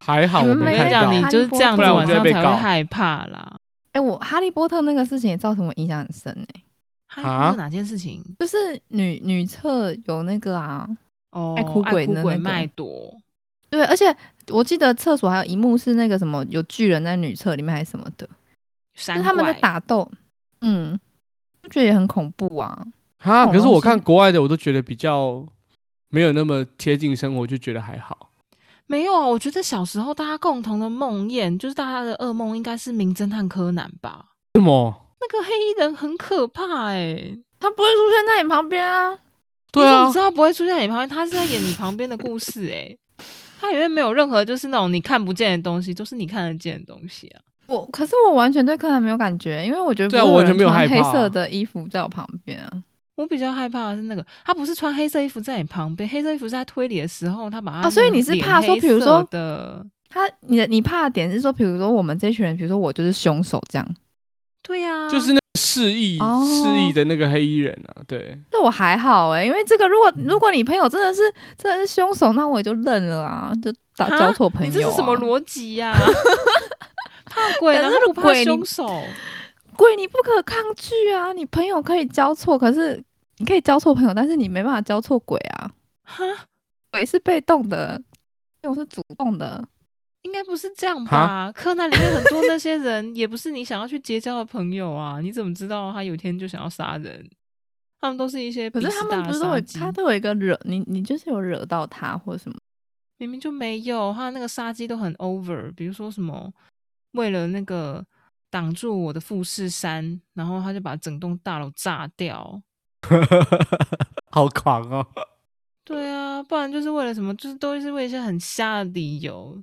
S3: 还好
S1: 你
S3: 我
S1: 们
S2: 我
S1: 没
S3: 没
S2: 跟
S1: 有
S2: 你
S3: 看
S2: 讲，
S1: 哈
S2: 你
S1: 利
S3: 到，
S2: 就是
S1: 波
S2: 这样
S1: 特
S2: 子
S3: 不然我
S2: 晚
S3: 就
S2: 上
S3: 会被
S2: 才
S3: 啊
S2: 会
S3: 告
S2: 害怕啦。
S1: 哎、我哈利波特那个事情也造成我印象很深哎、
S2: 害怕是哪件事情？
S1: 就是女女厕有那个啊，
S2: 哦，
S1: 爱哭鬼
S2: 爱哭
S1: 的
S2: 鬼
S1: 那个
S2: 麦朵。
S1: 对，而且我记得厕所还有一幕是那个什么有巨人在女厕里面还是什么的，就
S2: 山
S1: 是他们在
S2: 怪
S1: 打斗，嗯，我觉得也很恐怖啊。
S3: 啊，
S1: 这种
S3: 可是我
S1: 东西
S3: 看国外的，我都觉得比较没有那么贴近生活，就觉得还好。
S2: 没有啊，我觉得小时候大家共同的梦魇，就是大家的噩梦，应该是《名侦探柯南》吧？
S3: 什么？
S2: 那个黑衣人很可怕哎、
S1: 他不会出现在你旁边啊，
S3: 对
S2: 你怎
S3: 啊
S2: 么知，道不会出现在你旁边，他是在演你旁边的故事哎、它里面没有任何就是那种你看不见的东西，都是你看得见的东西啊。
S1: 我可是我完全对柯南没有感觉，因为我觉得
S3: 对啊
S1: 不会
S3: 我完全没有
S1: 人穿
S3: 害怕
S1: 黑色的衣服在我旁边啊。
S2: 我比较害怕的是那个，他不是穿黑色衣服在你旁边，黑色衣服是在推理的时候，他把他
S1: 哦所以你是怕说比如说
S2: 的，
S1: 他你的你怕的点是说，比如说我们这群人，比如说我就是凶手这样，
S2: 对啊呀、
S3: 就是那个示意
S1: 哦
S3: 示意的那个黑衣人啊，对，
S1: 那我还好哎、因为这个如果
S3: 嗯
S1: 如果你朋友真的是真的是凶手，那我也就认了啊，就打
S2: 哈
S1: 交错朋友、
S2: 你
S1: 啊。
S2: 这是什么逻辑呀、 [LAUGHS] 怕鬼，
S1: 可
S2: 然
S1: 是
S2: 后不怕
S1: 鬼你
S2: 凶手。
S1: 鬼你不可抗拒啊！你朋友可以交错，可是你可以交错朋友，但是你没办法交错鬼啊。
S2: 哈，
S1: 鬼是被动的，我是主动的。
S2: 应该不是这样吧
S3: 哈？
S2: 柯南里面很多那些人也不是你想要去结交的朋友啊，你怎么知道他有一天就想要杀人？他们都是一些
S1: 可
S2: 鄙
S1: 是
S2: 视
S1: 他
S2: 大
S1: 们
S2: 的
S1: 不是都
S2: 杀
S1: 有
S2: 鸡，
S1: 他都有一个惹你，你就是有惹到他或者什么。
S2: 明明就没有，他那个杀鸡都很 over，比如说什么为了那个挡住我的富士山，然后他就把整栋大楼炸掉。
S3: 好狂哦！
S2: 对啊，不然就是为了什么，就是都是为一些很瞎的理由。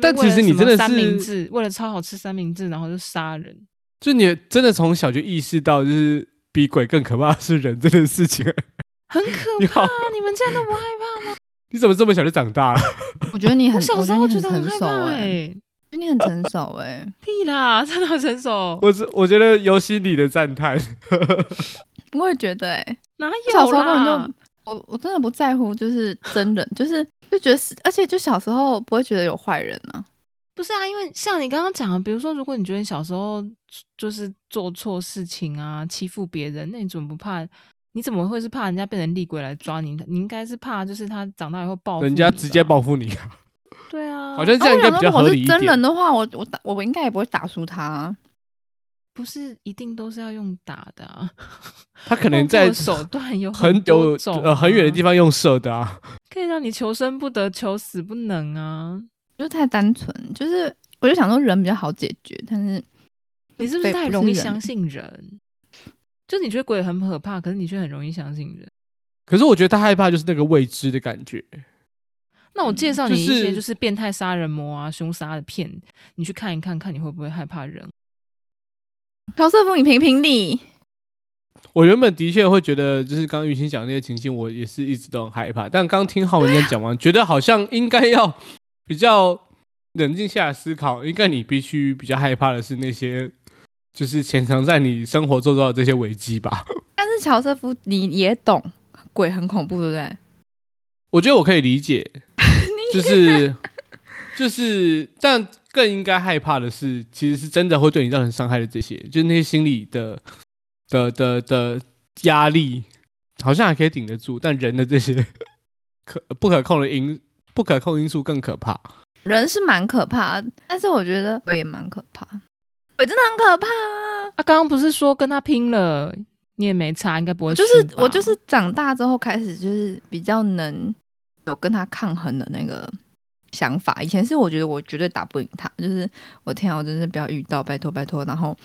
S3: 但
S2: 为了
S3: 其实你
S2: 什么
S3: 真的
S2: 三明
S3: 是
S2: 治，为了超好吃三明治，然后就杀人。
S3: 就你真的从小就意识到，就是比鬼更可怕的是人这件事情。 [LAUGHS]
S2: 很可
S3: 你
S2: 怕
S3: 好
S2: 啊，你们竟然都不害怕吗？
S3: 你怎么这么小就长大了？
S1: [LAUGHS] 我觉得你很，
S2: 我
S3: 嗯
S2: 小时候
S1: 我
S2: 觉
S1: 觉
S2: 得
S1: 得
S2: 很
S1: 你
S2: 害
S1: 很成
S2: 怕
S1: 熟哎、
S2: 哎，
S1: 我觉得你很成熟哎、
S2: 屁啦，真的很成熟，
S3: 我只我觉得由心里的赞叹。
S1: 我也觉得哎、
S2: 哪
S1: 我小
S2: 有啊
S1: 时候根本
S2: 啦
S1: 就？我我真的不在乎，就是真人，就是就觉得是，而且就小时候不会觉得有坏人啊。
S2: 不是啊，因为像你刚刚讲的，比如说，如果你觉得你小时候就是做错事情啊，欺负别人，那你怎么不怕？你怎么会是怕人家变成厉鬼来抓你？你应该是怕，就是他长大以后报复
S3: 人家
S2: 你
S3: 直接
S2: 吧。
S3: 报复你，
S2: 啊对啊，
S3: 好像这
S1: 啊
S3: 样
S1: 我
S3: 应该
S1: 想
S3: 比
S1: 说，
S3: 较
S1: 如果
S3: 合理
S1: 是
S3: 一
S1: 真人
S3: 点。
S1: 的话，我我打我应该也不会打输他、啊。
S2: 不是一定都是要用打的、啊，
S3: 他 [LAUGHS] 可能
S2: 报
S3: 在
S2: 复的手段有
S3: 很
S2: 多
S3: 有
S2: 种
S3: 呃很远的地
S2: 方，
S3: 方用射的啊。
S2: 可以让你求生不得，求死不能啊。
S1: 就太单纯，就是我就想说人比较好解决，但是
S2: 你是不是
S1: 对
S2: 太
S1: 不
S2: 容易
S1: 是人
S2: 相信人？就你觉得鬼很可怕，可是你却很容易相信人。
S3: 可是我觉得他害怕就是那个未知的感觉。
S2: 那我
S1: 嗯
S2: 介绍
S3: 就
S2: 你一些
S3: 是
S2: 就是变态杀人魔啊、凶杀的片，你去看一看，看你会不会害怕人。
S1: 乔瑟夫，你评评理，
S3: 我原本的确会觉得，就是刚刚雨欣讲的那些情境，我也是一直都很害怕。但刚听浩文这样讲完，觉得好像应该要比较冷静下来思考，应该你必须比较害怕的是那些，就是潜藏在你生活周遭的这些危机吧。
S1: 但是乔瑟夫你也懂鬼很恐怖，对不对？
S3: 我觉得我可以理
S2: [LAUGHS]
S3: 解，就是就是，但更应该害怕的是，其实是真的会对你造成伤害的这些，就是那些心理的的的的压力好像还可以顶得住，但人的这些 [LAUGHS] 可不可控的因不可控因素更可怕。
S1: 人是蛮可怕的，但是我觉得鬼也蛮可怕，鬼真的很可怕啊！
S2: 啊，刚刚不是说跟他拼了，你也没差，应该不会
S1: 就
S2: 输
S1: 是
S2: 吧
S1: 我就是长大之后开始就是比较能有跟他抗衡的那个想法。以前是我觉得我绝对打不赢他，就是我天啊，我真是不要遇到，拜托拜托。然后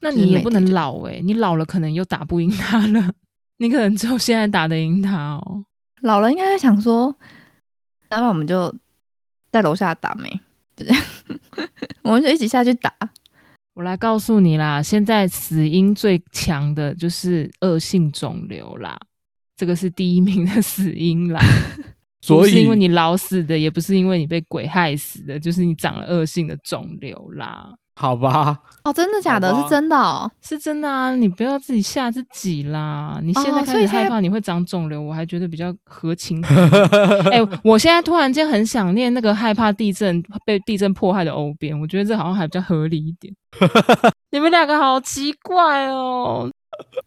S2: 那
S1: 就是
S2: 你也
S1: 每
S2: 不
S1: 天
S2: 能老哎、你老了可能又打不赢他了， [LAUGHS] 你可能只有现在打得赢他哦。
S1: 老了应该在想说，要不然我们就在楼下打没，就这样，我们就一起下去打。
S2: 我来告诉你啦，现在死因最强的就是恶性肿瘤啦，这个是第一名的死因啦。
S3: 所
S2: 不是
S3: 以
S2: 因为你老死的，也不是因为你被鬼害死的，就是你长了恶性的肿瘤啦，
S3: 好吧，
S1: 哦，真的假的？
S3: 好吧
S1: 是真的哦。
S2: 是真的啊！你不要自己吓自己啦。你现在
S1: 哦
S2: 开
S1: 所以现
S2: 始
S1: 在
S2: 害怕你会长肿瘤，我还觉得比较合 [LAUGHS] 情合理。哎、我现在突然间很想念那个害怕地震被地震迫害的欧边，我觉得这好像还比较合理一 [LAUGHS] 点。你们两个好奇怪哦，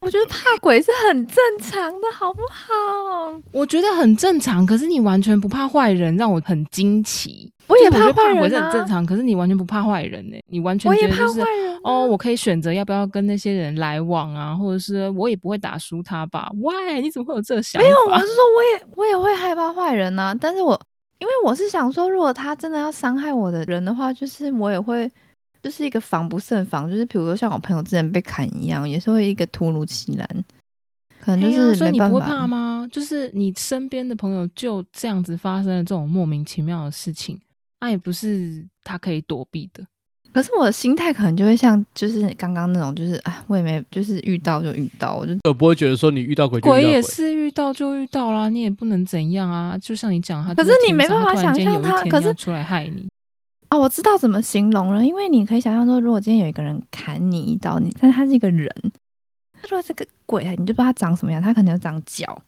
S1: 我觉得怕鬼是很正常的，好不好？
S2: 我觉得很正常，可是你完全不怕坏人，让我很惊奇。
S1: 我也
S2: 就是
S1: 怕
S2: 觉得
S1: 坏
S2: 鬼
S1: 人
S2: 是
S1: 啊
S2: 很正常，可是你完全不怕坏人呢、欸你完全
S1: 我
S2: 觉
S1: 也
S2: 得
S1: 怕
S2: 就是
S1: 坏人啊、
S2: 哦，我可以选择要不要跟那些人来往啊，或者是我也不会打输他吧？Why？你怎么会有这个想法？
S1: 没有，啊我
S2: [LAUGHS]
S1: 是说我也我也会害怕坏人呐、但是我因为我是想说，如果他真的要伤害我的人的话，就是我也会就是一个防不胜防，就是比如说像我朋友之前被砍一样，也是会一个突如其来，可能就
S2: 哎呀
S1: 是
S2: 所以
S1: 没
S2: 你
S1: 办
S2: 不会
S1: 法。啊
S2: 怕吗？就是你身边的朋友就这样子发生了这种莫名其妙的事情，那、也不是他可以躲避的。
S1: 可是我的心态可能就会像就是刚刚那种，就是啊，我也没就是遇到就遇到，我就
S3: 我不会觉得说你遇到鬼就遇到
S2: 鬼
S3: 鬼
S2: 也是遇到就遇到啦，你也不能怎样啊。就像你讲，他
S1: 可
S2: 就是
S1: 你
S2: 天
S1: 没
S2: 上
S1: 办法
S2: 突然间
S1: 想
S2: 有一
S1: 象他
S2: 天
S1: 可
S2: 要
S1: 是
S2: 出来害你。
S1: 哦，我知道怎么形容了，因为你可以想象说，如果今天有一个人砍你一刀，你但他是一个人，他说这个鬼，你就不知道他长什么样，他可能有长角，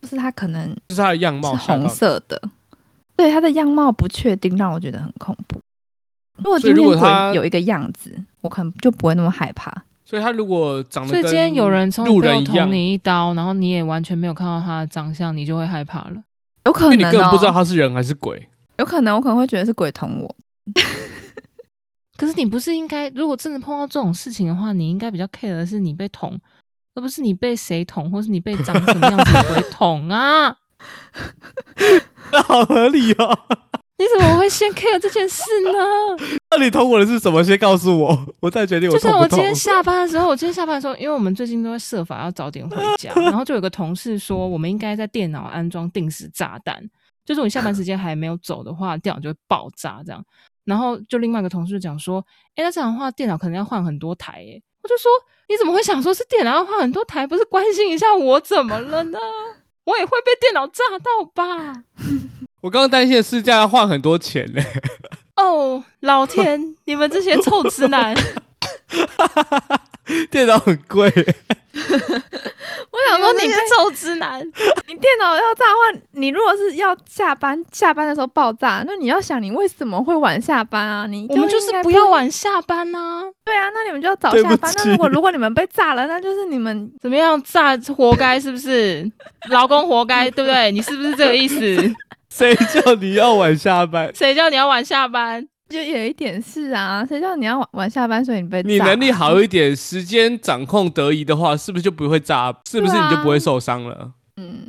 S1: 就是他可能
S3: 就是他的样
S1: 是
S3: 貌吓到
S1: 红
S3: 你
S1: 色的，对他的样貌不确定，让我觉得很恐怖。如果
S3: 所以
S1: 今
S3: 如
S1: 天
S3: 果他
S1: 鬼有一个样子，我可能就不会那么害怕。
S3: 所以他如果长得
S2: 所以今天
S3: 跟
S2: 有人从
S3: 路
S2: 你背后
S3: 人一样
S2: 捅，你一刀，然后你也完全没有看到他的长相，你就会害怕了。
S1: 有可
S3: 因为你
S1: 能、哦、
S3: 根本不知道他是人还
S2: [LAUGHS]
S3: 是鬼。
S1: 有可能我可能会觉得是鬼捅我。
S2: 可是你不是应该，如果真的碰到这种事情的话，你应该比较 care 的是你被捅，而不是你被谁捅，或是你被长什么样子的鬼捅啊？ [LAUGHS]
S3: 那好合理哦。
S2: 你怎么会先 care 这件事呢？
S3: 那你捅我的是什么？先告诉我， [LAUGHS] 我再决定
S2: [LAUGHS] 就
S3: 我
S2: 像
S3: 痛
S2: 我
S3: 不
S2: 今
S3: 痛。
S2: 天下班的时候，我今天下班的时候，因为我们最近都会设法要早点回 [LAUGHS] 家，然后就有个同事说，我们应该在电脑安装定时炸弹，就是你下班时间还没有走的话，电脑就会爆炸这样。然后就另外一个同事讲说，哎，那这样的话，电脑可能要换很多台耶。我就说，你怎么会想说是电脑要换很多台？不是关心一下我怎么了 [LAUGHS] 呢？我也会被电脑炸到吧？
S3: 我刚刚担心的是这样要换很多钱呢。 [LAUGHS]
S2: 哦，老天，你们这些臭直 [LAUGHS] 男！
S3: 电脑很贵，
S1: 我
S3: [LAUGHS]
S1: 想说你
S2: 这些
S1: 被
S2: 臭直男，
S1: 你电脑要炸的话，你如果是要下班，下班的时候爆炸，那你要想你为什么会晚下班啊？你
S2: 我们就是
S1: 应该
S2: 不要晚下班呐、
S1: 对啊，那你们就要早
S3: 对
S1: 下
S3: 不
S1: 班。
S3: 起
S1: 那如果如果你们被炸了，那就是你们
S2: 怎么样炸活该是不是？老公活该对不对？你是不是这个意
S1: [LAUGHS]
S2: 思？
S3: 谁叫你要晚下班？
S2: 谁叫你要晚下班？
S1: 就有一点事啊，谁叫你要晚晚下班，所以你被炸啊
S3: 你能力好一点，时间掌控得宜的话，是不是就不会炸？是不是
S1: 对啊
S3: 你就不会受
S1: [LAUGHS]
S3: 伤了？
S1: 嗯，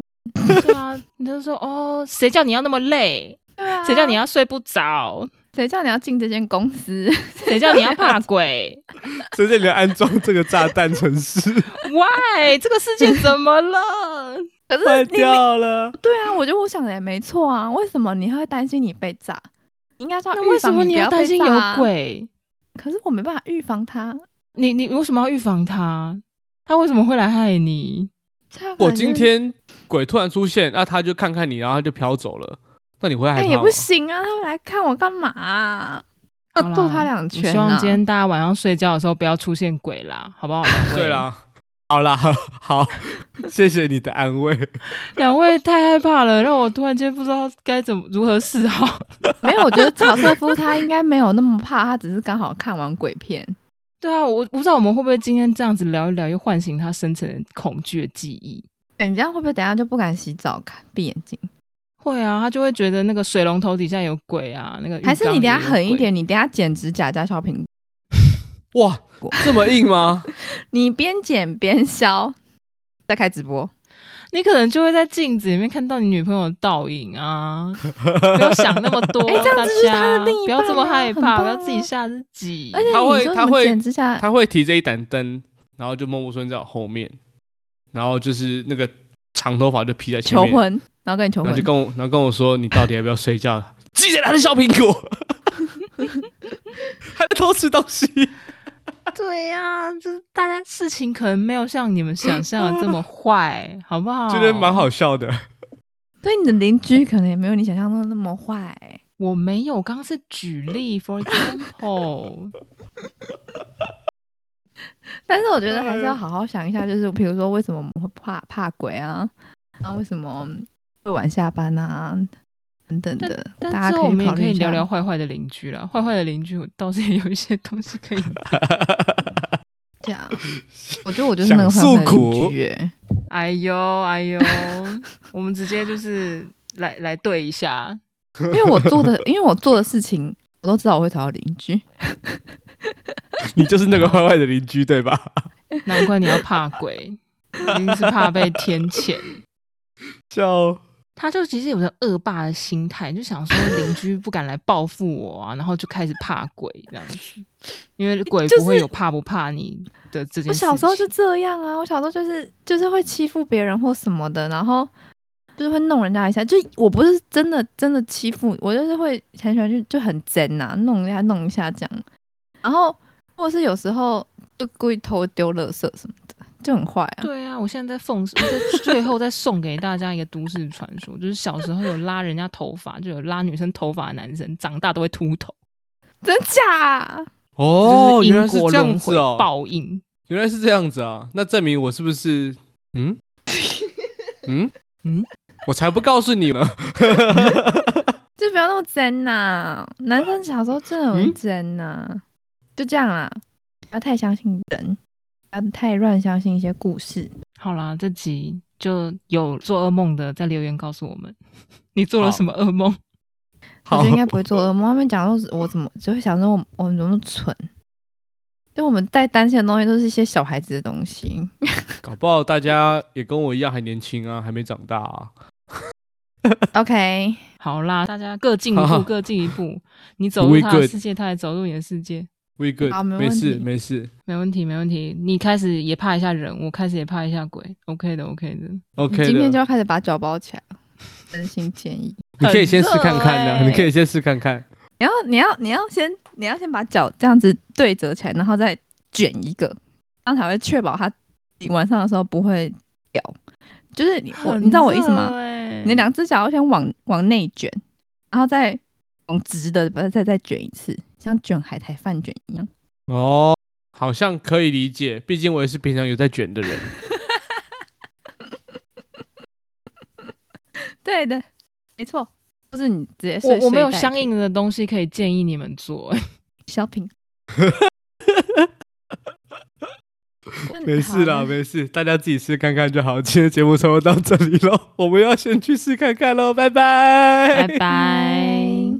S2: 对啊，你就说哦，谁叫你要那么累？
S1: 对啊，
S2: 谁叫你要睡不着？
S1: 谁叫你要进这间公司？
S2: 谁叫你要怕
S1: [LAUGHS]
S2: 鬼
S3: 所以你能安装这个炸弹城市
S2: ？Why？这个世界怎么
S1: [LAUGHS]
S2: 了？
S1: 可是
S3: 坏
S1: 你
S3: 掉了。
S1: 对啊，我觉得我想的也没错啊，为什么你会担心你被炸？你应该说
S2: 那为什么你
S1: 要
S2: 要担心
S1: 被炸
S2: 有
S1: 啊？
S2: 鬼？
S1: 可是我没办法预防它。
S2: 你你为什么要预防他？他为什么会来害你？
S1: 这
S3: 我
S1: 反正
S3: 今天鬼突然出现，那他就看看你，然后他就飘走了，那你会害
S1: 那
S3: 怕
S1: 哎也
S3: 吗
S1: 不？行啊，他们来看我干嘛、啊？要
S2: 好啦
S1: 剁他两
S2: 我
S1: 拳、啊。
S2: 希望今
S3: [LAUGHS]
S2: 天大家晚上睡觉的时候不要出现鬼啦，好不好？两位
S3: 对，啦，好啦， [LAUGHS] 好，谢谢你的安慰。
S2: [LAUGHS] 两位太害怕了，让我突然间不知道该怎么如何是 [LAUGHS] 好。
S1: [LAUGHS] 没有，我觉得乔瑟夫他应该没有那么怕，他只是刚好看完鬼片。
S2: 对啊，我我不知道我们会不会今天这样子聊一聊，又唤醒他深层的恐惧的记忆。
S1: 哎你这样会不会等一下就不敢洗澡，看闭眼睛？
S2: 会啊，他就会觉得那个水龙头底下有鬼啊，那个浴
S1: 还是你
S2: 缸里
S1: 等一下
S2: 有
S1: 狠一
S2: 鬼，
S1: 点，你等一下剪指甲加削苹果，
S3: 哇，这么硬吗？
S1: 你边剪边削，再开直播。
S2: 你可能就会在镜子里面看到你女朋友的倒影 [LAUGHS] 啊。不要想那么多，啊
S1: 哎这样
S2: 大
S1: 子就是他的
S2: 家
S1: 另一
S2: 不要这么
S1: 半啊
S2: 害
S1: 很
S2: 怕，不要
S1: 棒
S2: 自己
S1: 啊
S2: 吓自己。
S1: 而且
S3: 他会
S1: 哎你说
S3: 他
S1: 什么
S3: 会
S1: 剪指甲，
S3: 他会提着一盏灯，然后就默默出现在我后面，然后就是那个长头发就披在前
S1: 求
S3: 面，
S1: 婚，然后跟你求
S3: 然
S1: 婚
S3: 后就，跟我，然后跟我说你到底要不要睡觉？ [LAUGHS] 记得拿着小苹
S2: [LAUGHS]
S3: 果，还偷吃东西。
S2: 对
S1: 啊
S2: 呀、就是大家事情可能没有像你们想象的这么坏，好不好？
S3: 觉得蛮。好笑的。
S1: 对你的邻居可能也没有你想象中的那么坏、
S2: 我没有，刚刚是举例，for
S1: [LAUGHS]
S2: example，
S1: 但是我觉得还是
S2: 嗯
S1: 要好好想一下，就是比如说为什么我们会怕怕鬼啊，啊为什么会晚下班啊等等的，大
S2: 但
S1: 家
S2: 之后我们也
S1: 考
S2: 可
S1: 虑一
S2: 以
S1: 下
S2: 聊聊。坏坏的邻居啦。坏坏的邻居我倒是也有一些东西
S1: [LAUGHS]
S2: 可以
S1: 这
S2: [LAUGHS]
S1: 样，我觉得我就是那个坏
S3: 想
S1: 坏的
S3: 诉苦
S1: 邻居、欸，
S2: 哎呦哎呦，我们直接就是来来对一下。
S1: [LAUGHS] 因为我做的，因为我做的事情，我都知道我会吵到邻居。
S3: 你就是那个坏坏的邻居对吧？
S2: 难怪你要怕鬼，一定是怕被天谴。
S3: 叫
S2: 他就其实有着恶霸的心态，就想说邻居不敢来报复我啊，然后就开始怕鬼这样子，因为鬼
S1: 就是
S2: 不会有怕不怕你的这件
S1: 我
S2: 事情。
S1: 小时候就这样啊，我小时候就是就是会欺负别人或什么的，然后就是会弄人家一下。就我不是真的真的欺负，我就是会很喜欢去就很贼呐、弄一下弄一下这样。然后或者是有时候就故意偷丢垃圾什么的，就很坏啊。
S2: 对啊，我现在在奉，我在最后再送给大家一个都市传说， [LAUGHS] 就是小时候有拉人家头发，就有拉女生头发的男生，长大都会秃头，
S1: 真假啊？
S3: 哦，
S2: 这
S3: 原
S2: 就
S3: 来
S2: 是
S3: 是
S2: 因果
S3: 这样
S2: 轮
S3: 子
S2: 回
S3: 哦，
S2: 报应。
S3: 原来是这样子啊，那证明我是不是
S2: [LAUGHS]
S3: 嗯嗯嗯
S2: 嗯，
S3: 我才不告诉你呢。
S1: 就不要那么真呐、男生小时候真的
S2: 嗯
S1: 很真呐、就这样啦，不要太相信人，不要太乱相信一些故事。
S2: 好啦，这集就有做噩梦的在留言告诉我们， [LAUGHS] 你做了
S3: 好
S2: 什么噩梦？
S1: 我
S3: 好
S1: 觉得，应该不会做噩梦。他们讲说我怎么就会想说我我们怎么那么蠢，就我们带担心的东西都是一些小孩子的东西。
S3: 搞不好大家也跟我一样还年轻啊，还没长大啊。
S1: OK，
S2: 好啦，大家各进一
S3: 好
S2: 步，各进一
S1: [LAUGHS]
S2: 步。你走入
S3: We
S2: 他的
S3: good
S2: 世界，他也走入你的世界，
S3: We good，
S1: 好没
S3: 没事
S1: 问题
S3: 没事
S2: 没问题，没问题。你开始也怕一下人，我开始也怕一下鬼，OK 的，OK 的。
S1: 你
S3: [LAUGHS] ，OK
S1: 今天就
S3: 的。
S1: 要开始把脚包起来了，真心建议。
S3: 你可以先试看
S2: 很
S3: 看的，
S1: 欸
S2: 热
S3: 你可以先试看看。
S1: 你要你要你要先你要先把脚这样子对折起来，然后再卷一个，这样才会确保它你晚上的时候不会掉。就是你我你知道我意思吗？
S2: 很热欸？
S1: 你两只脚要先往往内卷，然后再往直的把它再再卷一次，像卷海苔饭卷一样。
S3: 哦，好像可以理解，毕竟我也是平常有在卷
S1: [LAUGHS]
S3: 的人。
S1: 对的，没错，不是你直接睡
S2: 我我没有
S1: 睡袋
S2: 相应的东西可以建议你们做。
S1: 小
S2: [LAUGHS]
S1: 品。
S3: 没事
S1: [LAUGHS]
S3: 啦，
S1: 好
S3: 没事，大家自己试看看就好。今天节目差不多到这里喽，我们要先去试看看喽，拜拜。
S1: [LAUGHS]
S2: 拜拜。